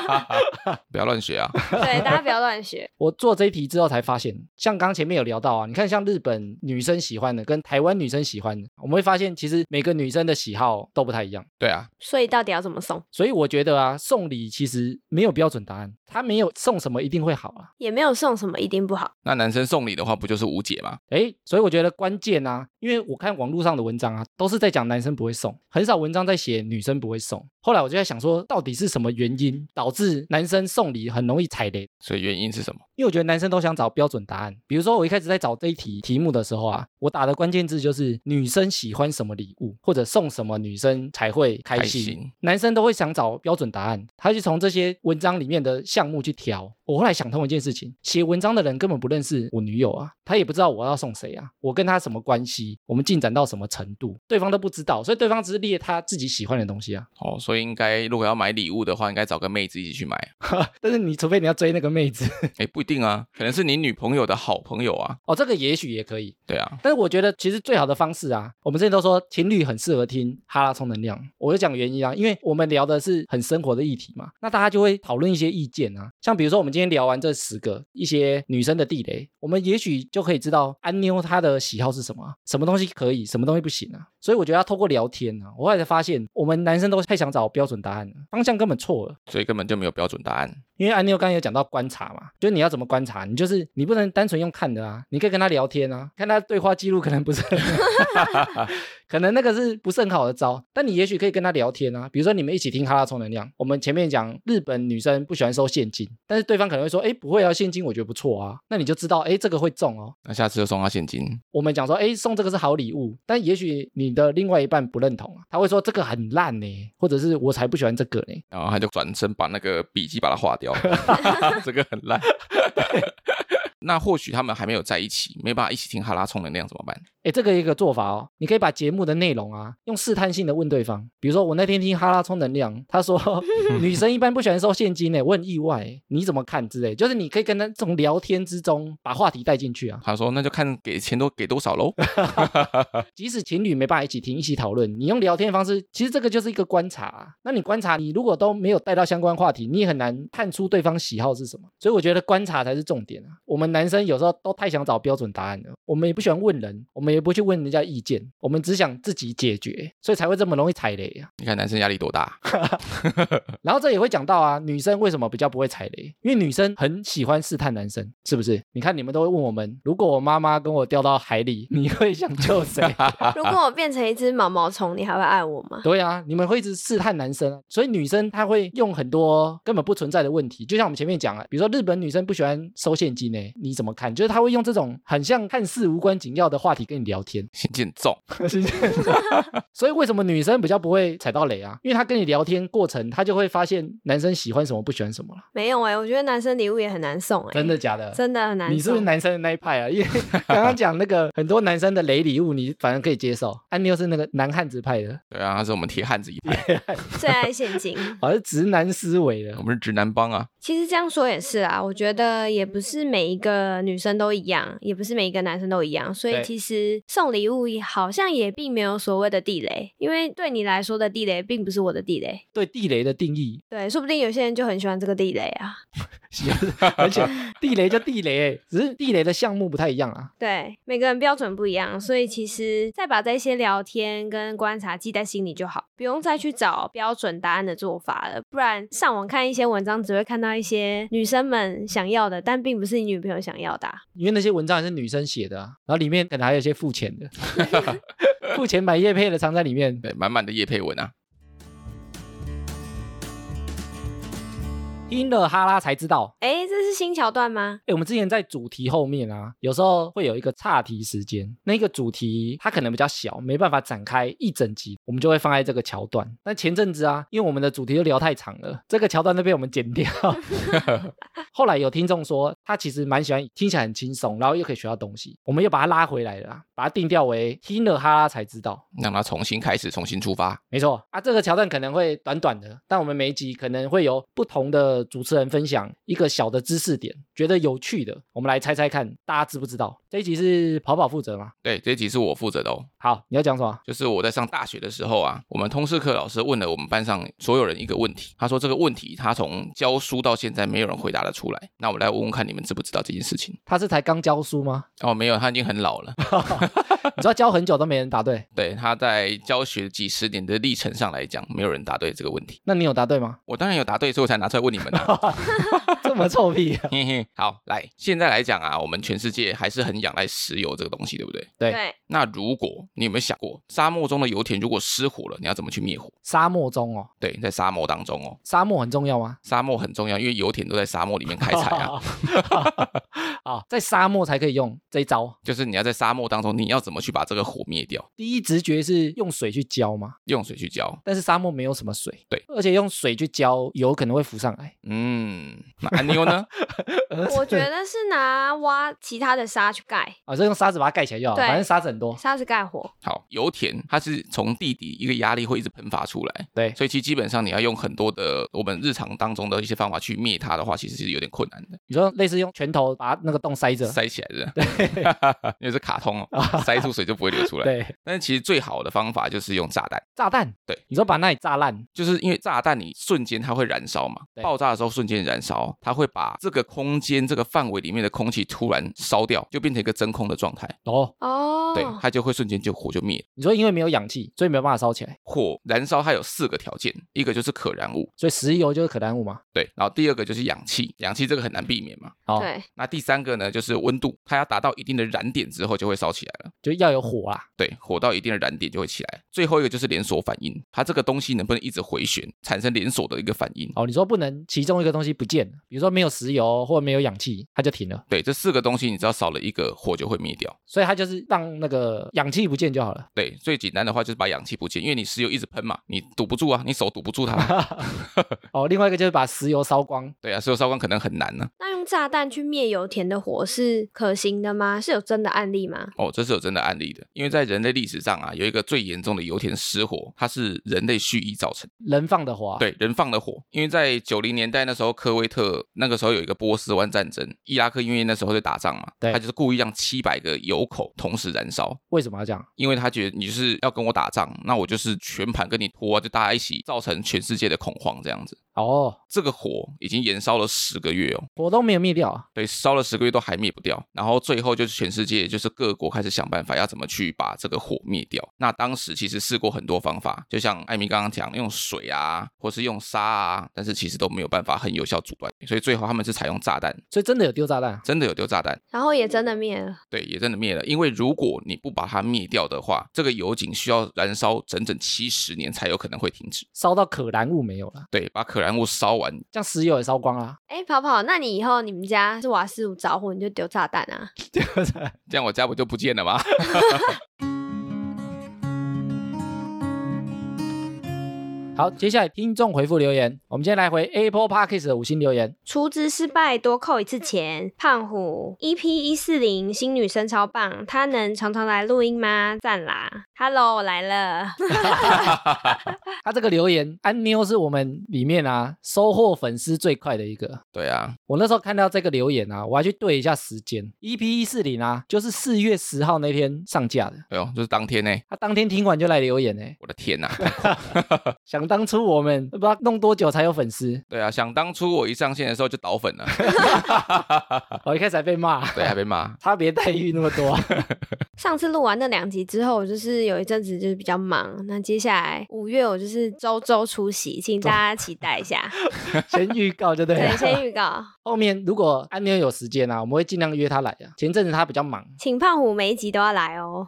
S2: 不要乱学啊！
S3: 对，大家不要乱学。
S1: 我做这一题之后才发现，像刚前面有聊到啊，你看像日本女生喜欢的跟台湾女生喜欢的，我们会发现其实每个女生的喜好都不太一样。
S2: 对啊，
S3: 所以到底要怎么送？
S1: 所以我觉得啊，送礼其实没有标准答案，他没有送什么一定会好啊。
S3: 也没有送什么一定不好。
S2: 那男生送礼的话，不就是无解吗？
S1: 诶，所以我觉得关键啊，因为我看网络上的文章啊，都是在讲男生不会送，很少文章在写女生不会送。后来我就在想说，到底是什么原因导致男生送礼很容易踩雷？
S2: 所以原因是什么？
S1: 因为我觉得男生都想找标准答案。比如说，我一开始在找这一题题目的时候啊，我打的关键字就是女生喜欢什么礼物，或者送什么女生才会开心。
S2: 开心
S1: 男生都会想找标准答案，他就从这些文章里面的项目去挑。我后来想通一件事情，写文章的人根本不认识我女友啊，他也不知道我要送谁啊，我跟她什么关系，我们进展到什么程度，对方都不知道，所以对方只是列他自己喜欢的东西啊。 [LAUGHS]
S2: 哦，所以应该如果要买礼物的话，应该找个妹子一起去买。
S1: 但是你除非你要追那个妹子 [LAUGHS]
S2: 哎，不一定啊，可能是你女朋友的好朋友啊。
S1: 哦，这个也许也可以，
S2: 对啊，
S1: 但是我觉得其实最好的方式啊，我们之前都说情侣很适合听哈拉充能量，我就讲原因啊，因为我们聊的是很生活的议题嘛，那大家就会讨论一些意见啊，像比如说我们今天聊完这十个一些女生的地雷，我们也许就可以知道安妞她的喜好是什么啊，什么东西可以，什么东西不行啊，所以我觉得要透过聊天啊，我后来才发现我们男生都太想找标准答案了，方向根本错了。
S2: 所以根本就没有标准答案。
S1: 因为安妞刚才有讲到观察嘛，就是你要怎么观察，你就是你不能单纯用看的啊，你可以跟他聊天啊，看他对话记录可能不是很 [LAUGHS] 可能那个是不是很好的招？但你也许可以跟他聊天啊，比如说你们一起听哈拉充能量。我们前面讲日本女生不喜欢收现金，但是对方可能会说，哎，不会啊，现金我觉得不错啊，那你就知道，哎，这个会中哦。
S2: 那下次就送他现金，
S1: 我们讲说，哎，送这个是好礼物，但也许你的另外一半不认同啊，他会说这个很烂呢，或者是我才不喜欢这个呢。
S2: 然后他就转身把那个笔记把它划掉，这个很烂。 [LAUGHS] 那或许他们还没有在一起，没办法一起听哈拉充能量怎么办？
S1: 哎，这个一个做法哦，你可以把节目的内容啊，用试探性的问对方。比如说，我那天听哈拉充能量，他说女生一般不喜欢收现金呢，我很意外，你怎么看之类？就是你可以跟他从聊天之中把话题带进去啊。
S2: 他说那就看给钱多给多少喽。
S1: 即使情侣没办法一起听、一起讨论，你用聊天的方式，其实这个就是一个观察、啊。那你观察，你如果都没有带到相关话题，你也很难看出对方喜好是什么。所以我觉得观察才是重点啊。我们男生有时候都太想找标准答案了，我们也不喜欢问人，我们也不去问人家意见，我们只想自己解决，所以才会这么容易踩雷啊。
S2: [LAUGHS] 你看男生压力多大？ [LAUGHS]
S1: 然后这也会讲到啊，女生为什么比较不会踩雷？因为女生很喜欢试探男生，是不是？你看你们都会问我们，如果我妈妈跟我掉到海里，你会想救谁？
S3: 如果我变成一只毛毛虫，你还会爱我吗？
S1: 对啊，你们会一直试探男生啊，所以女生她会用很多根本不存在的问题，就像我们前面讲啊，比如说日本女生不喜欢收现金呢、欸你怎么看？就是她会用这种很像看似无关紧要的话题跟你聊天，
S2: 先见重，
S1: [LAUGHS] 所以为什么女生比较不会踩到雷啊？因为她跟你聊天过程，她就会发现男生喜欢什么不喜欢什么了。
S3: 没有哎、我觉得男生礼物也很难送哎、
S1: 真的假的？
S3: 真的很难送。
S1: 你是不是男生的那一派啊？ [LAUGHS] 因为刚刚讲那个很多男生的雷礼物，你反而可以接受。安妞是那个男汉子派的，
S2: 对啊，他是我们铁汉子一派，
S3: 最爱现金？
S1: 好像是直男思维的
S2: 我。们是直男帮啊。
S3: 其实这样说也是啊，我觉得也不是每一个女生都一样，也不是每一个男生都一样，所以
S1: 对
S3: 其实送礼物也好像也并没有所谓的地雷，因为对你来说的地雷并不是我的地雷。
S1: 对地雷的定义，
S3: 对，说不定有些人就很喜欢这个地雷啊。
S1: [LAUGHS] 而且地雷就地雷欸、只是地雷的项目不太一样啊。
S3: 对，每个人标准不一样，所以其实再把这些聊天跟观察记在心里就好，不用再去找标准答案的做法了。不然上网看一些文章，只会看到一些女生们想要的，但并不是你女朋友想要的啊、
S1: 因为那些文章还是女生写的、啊，然后里面可能还有一些付钱的， [LAUGHS] 付钱买叶配的藏在里面。
S2: 对，满满的叶佩文啊。
S1: 听了哈拉才知道，
S3: 哎，这是新桥段吗？
S1: 哎，我们之前在主题后面啊，有时候会有一个岔题时间，那个主题它可能比较小，没办法展开一整集，我们就会放在这个桥段。但前阵子啊，因为我们的主题都聊太长了，这个桥段都被我们剪掉。后来有听众说，他其实蛮喜欢，听起来很轻松，然后又可以学到东西，我们又把它拉回来了啊，把它定调为听了哈拉才知道。
S2: 让他重新开始，重新出发。
S1: 没错啊，这个桥段可能会短短的，但我们每一集可能会由不同的主持人分享一个小的知识点，觉得有趣的，我们来猜猜看，大家知不知道？这一集是跑跑负责吗？
S2: 对，这一集是我负责的哦。
S1: 好，你要讲什么？
S2: 就是我在上大学的时候啊，我们通识课老师问了我们班上所有人一个问题，他说这个问题他从教书到现在没有人回答得出来。那我来问问看你们知不知道这件事情？
S1: 他是才刚教书吗？
S2: 哦，没有，他已经很老了。
S1: 你知道教很久都没人答对，
S2: 对，他在教学几十年的历程上来讲，没有人答对这个问题。
S1: 那你有答对吗？
S2: 我当然有答对，所以我才拿出来问你们啊。
S1: 这么臭屁、啊？
S2: 嘿嘿，好，来，现在来讲啊，我们全世界还是很仰赖石油这个东西，对不对？
S1: 对
S3: 对，
S2: 那如果你有没有想过，沙漠中的油田如果失火了，你要怎么去灭火？
S1: 沙漠中哦，
S2: 对，在沙漠当中哦，
S1: 沙漠很重要吗？
S2: 沙漠很重要，因为油田都在沙漠里面开
S1: [LAUGHS]
S2: 采啊。
S1: 啊，在沙漠才可以用这一招。
S2: 就是你要在沙漠当中，你要怎么去把这个火灭掉？
S1: 第一直觉是用水去浇嘛，
S2: 用水去浇。
S1: 但是沙漠没有什么水，
S2: 对
S1: 而且用水去浇油可能会浮上来。
S2: 嗯，那安妞呢？
S3: 我觉得是拿挖其他的沙去盖，
S1: 啊，就用沙子把它盖起来就好了，
S3: 对
S1: 反正沙子很多。
S3: 沙子盖火。
S2: 好，油田它是从地底一个压力会一直喷发出来，
S1: 对，
S2: 所以其实基本上你要用很多的我们日常当中的一些方法去灭它的话，其实是有点困难的。
S1: 你说类似用拳头把那个洞塞着，
S2: 塞起来的，对， [LAUGHS] 因为是卡通哦，塞住水就不会流出来。
S1: 对，
S2: 但是其实最好的方法就是用炸弹，
S1: 炸弹，
S2: 对，
S1: 你说把那里炸烂，
S2: 就是因为炸弹你瞬间它会燃烧嘛，
S1: 对
S2: 爆炸的时候瞬间燃烧，它会把这个空间这个范围里面的空气突然烧掉，就变成一个真空的状态，
S1: 哦，
S3: 哦，
S2: 对，它就会瞬间就火就灭了。
S1: 你说因为没有氧气，所以没有办法烧起来，
S2: 火燃烧它有四个条件，一个就是可燃物，
S1: 所以石油就是可燃物嘛。
S2: 对，然后第二个就是氧气，氧气这个很难避免嘛。
S1: 好，
S3: 对
S2: 那第三个呢，就是温度，它要达到一定的燃点之后就会烧起来了。
S1: 就要有火啊。
S2: 对，火到一定的燃点就会起来。最后一个就是连锁反应，它这个东西能不能一直回旋，产生连锁的一个反应。
S1: 哦，你说不能其中一个东西不见了，比如说没有石油或没有氧气，它就停了，
S2: 对，这四个东西你只要少了一个，火就会灭掉。
S1: 所以它就是让那个氧气不见就好了。
S2: 对，最简单的话就是把氧气不见，因为你石油一直喷嘛，你堵不住啊，你手堵不住它。
S1: [LAUGHS] 哦，另外一个就是把石油烧光，
S2: [LAUGHS] 对啊，石油烧光可能很难呢、
S3: 那用炸弹去灭油田的火是可行的吗？是有真的案例吗？
S2: 哦，这是有真的案例的，因为在人类历史上啊，有一个最严重的油田失火，它是人类蓄意造成的。
S1: 人放的火、啊。，
S2: 对，人放的火，因为在九零年代那时候，科威特那个时候有一个波斯湾战争，伊拉克因为那时候在打仗嘛，
S1: 对
S2: 他就是故意让七百个油口同时燃烧，
S1: 为什么要这样？
S2: 因为他觉得你就是要跟我打仗，那我就是全盘跟你拖啊，就大家一起造成全世界的恐慌这样子。
S1: 哦，
S2: 这个火已经燃烧了十个月哦，
S1: 火都没有灭掉啊。
S2: 对，烧了十个月都还灭不掉，然后最后就是全世界就是各国开始想办法要怎么去把这个火灭掉。那当时其实试过很多方法，就像艾米刚刚讲，用水啊，或是用沙啊，但是其实都没有办法很有效阻断，所以最后他们是采用炸弹，
S1: 所以真的有丢炸弹啊，
S2: 真的有丢炸弹，
S3: 然后也真的灭了，
S2: 对，也真的灭了。因为如果你不把它灭掉的话，这个油井需要燃烧整整七十年才有可能会停止。
S1: 烧到可燃物没有了，
S2: 对，把可燃物烧完，
S1: 这样石油也烧光啊啦、
S3: 哎，跑跑，那你以后你们家是瓦斯炉着火，你就丢炸弹啊？
S2: 这样我家不就不见了吗？ [LAUGHS]
S1: 好，接下来听众回复留言，我们今天来回 Apple Podcast 的五星留言。
S3: 出资失败多扣一次钱。胖虎 EP 一四零新女生超棒，她能常常来录音吗？赞啦！Hello，我来了。
S1: 他这个留言，安妞是我们里面啊收获粉丝最快的一个。
S2: 对啊，
S1: 我那时候看到这个留言啊，我还去对一下时间，EP 一四零啊，就是四月十号那天上架的。
S2: 哎呦，就是当天呢，
S1: 他当天听完就来留言呢、欸
S2: 我的天呐、
S1: 想当初我们不知道弄多久才有粉丝，
S2: 对啊，想当初我一上线的时候就倒粉了，
S1: 我一开始还被骂，
S2: 对，还被骂。
S1: 差别待遇那么多，啊
S3: 上次录完那两集之后，我就是有一阵子就是比较忙。那接下来五月我就是周周出席，请大家期待一下。
S1: 先预告就对啊
S3: 对，
S1: 了。
S3: 先预告，
S1: 后面如果安妞有时间啊，我们会尽量约她来啊。前阵子她比较忙，
S3: 请胖虎每一集都要来哦。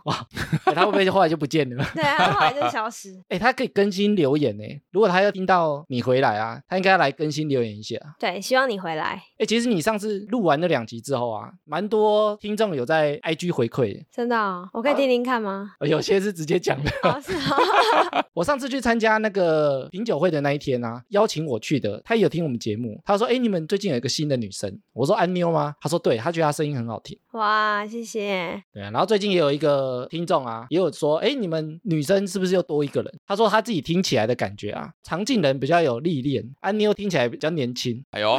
S1: 欸她会不会就后来就不见了？
S3: 对啊，后来就消失。
S1: 哎、她可以更新留言呢、如果她要听到你回来啊，她应该来更新留言一下。
S3: 对，希望你回来，
S1: 哎、其实你上次录完那两集之后啊，蛮多听众有在 IG 回馈的，
S3: 真的哦、我可以听听看吗？
S1: [LAUGHS] 呃有些是直接讲的。 [LAUGHS]
S3: 哦，是哦。
S1: 我上次去参加那个品酒会的那一天啊，邀请我去的，他也有听我们节目，他说：“哎，你们最近有一个新的女生。”我说：“安妞吗？”他说：“对，他觉得她声音很好听。
S3: 哇，谢谢。”
S1: 对啊，然后最近也有一个听众啊，也有说：“哎，你们女生是不是又多一个人？”他说他自己听起来的感觉啊，常进人比较有历练，安妞听起来比较年轻。
S2: 哎呦，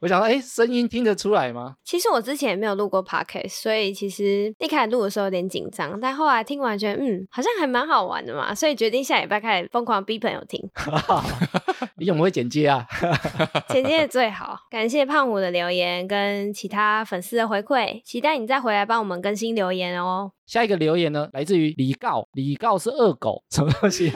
S1: 我想说，哎，声音听得出来
S3: [LAUGHS]
S1: 吗？
S3: 其实我之前也没有录过 podcast，所以其实一开始录的时候有点紧张，但后来听完觉得嗯，好像还蛮好玩的嘛，所以决定下礼拜开始疯狂逼朋友听，
S1: 你怎么会剪接啊？
S3: [LAUGHS] 剪接的最好。感谢胖虎的留言跟其他粉丝的回馈，期待你再回来帮我们更新留言哦。
S1: 下一个留言呢，来自于李告，李告是恶狗，什么东 [LAUGHS] 西？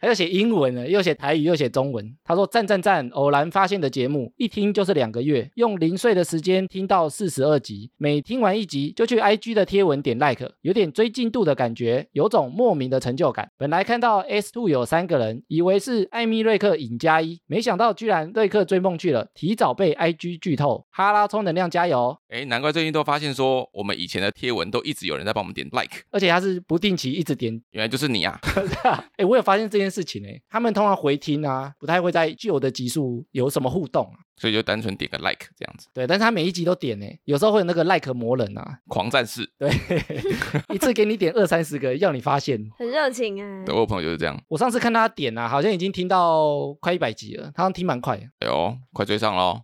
S1: 还有写英文的，又写台语，又写中文。他说赞赞赞，偶然发现的节目，一听就是两个月，用零碎的时间听到四十二集，每听完一集就去 IG 的贴文点 like，有点追进度的感觉，有种莫名的成就感。本来看到 S Two 有三个人，以为是艾米瑞克尹加一，没想到居然瑞克追梦去了，提早被 IG 剧透。哈拉充能量加油！哦
S2: 哎，难怪最近都发现说，我们以前的贴文都一直有人在帮我们点 like，
S1: 而且他是不定期一直点
S2: 原来就是你啊！
S1: 哎、欸我有发现这件事情哎、他们通常回听啊，不太会在旧的集数有什么互动啊、
S2: 所以就单纯点个 like 这样子。
S1: 对，但是他每一集都点呢，欸有时候会有那个 like 魔人啊，
S2: 狂战士，
S1: 对，一次给你点二三十个，要你发现。
S3: 很热情哎、
S2: 对我有朋友就是这样。
S1: 我上次看他点啊，好像已经听到快一百集了，他好像听蛮快的。
S2: 哎呦，快追上喽！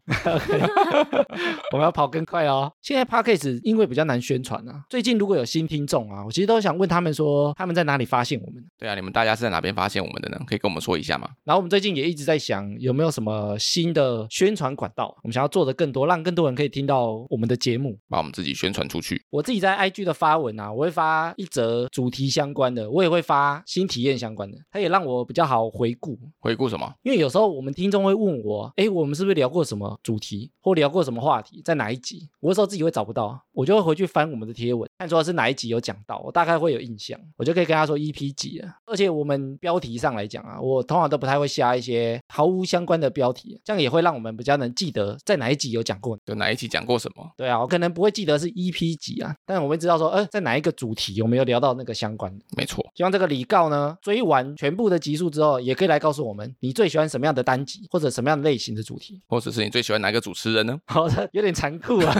S1: 我们要跑更快哦。现在 podcast 因为比较难宣传啊，最近如果有新听众啊，我其实都想问他们说他们在哪里发现我们的。
S2: 对啊，你们大家是在哪边发现我们的呢？可以跟我们说一下吗？
S1: 然后我们最近也一直在想有没有什么新的宣传管道，我们想要做的更多，让更多人可以听到我们的节目。
S2: 把我们自己宣传出去。
S1: 我自己在 IG 的发文啊，我会发一则主题相关的，我也会发新体验相关的，它也让我比较好回顾。
S2: 回顾什么？
S1: 因为有时候我们听众会问我，哎，我们是不是聊过什么主题，或聊过什么话题，在哪一集？我有时候自己会找不到，啊我就会回去翻我们的贴文，看说是哪一集有讲到，我大概会有印象，我就可以跟他说 EP 几了。而且我们标题上来讲啊，我通常都不太会下一些毫无相关的标题，这样也会让我们比较能记得在哪一集有讲过。
S2: 就哪一期讲过什么？
S1: 对啊，我可能不会记得是 EP 几啊，但我会知道说，呃，在哪一个主题有没有聊到那个相关的。
S2: 没错，
S1: 希望这个李告呢追完全部的集数之后，也可以来告诉我们你最喜欢什么样的单集或者什么样的类型的主题。？
S2: 或者是你最喜欢哪个主持人呢 [LAUGHS]
S1: 好的，有点残酷啊。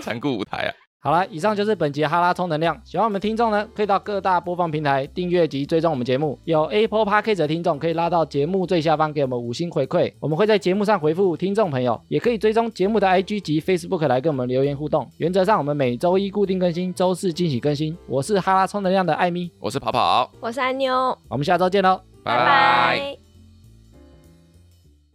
S2: 残酷舞台啊！
S1: 好了，以上就是本节哈拉充能量。喜欢我们听众呢，可以到各大播放平台订阅及追踪我们节目。有 Apple Podcast 的听众可以拉到节目最下方给我们五星回馈，我们会在节目上回复听众朋友。也可以追踪节目的 IG 及 Facebook 来跟我们留言互动。原则上我们每周一固定更新，周四惊喜更新。我是哈拉充能量的艾米，
S2: 我是跑跑，
S3: 我是安妞，
S1: 我们下周见喽。
S3: 拜拜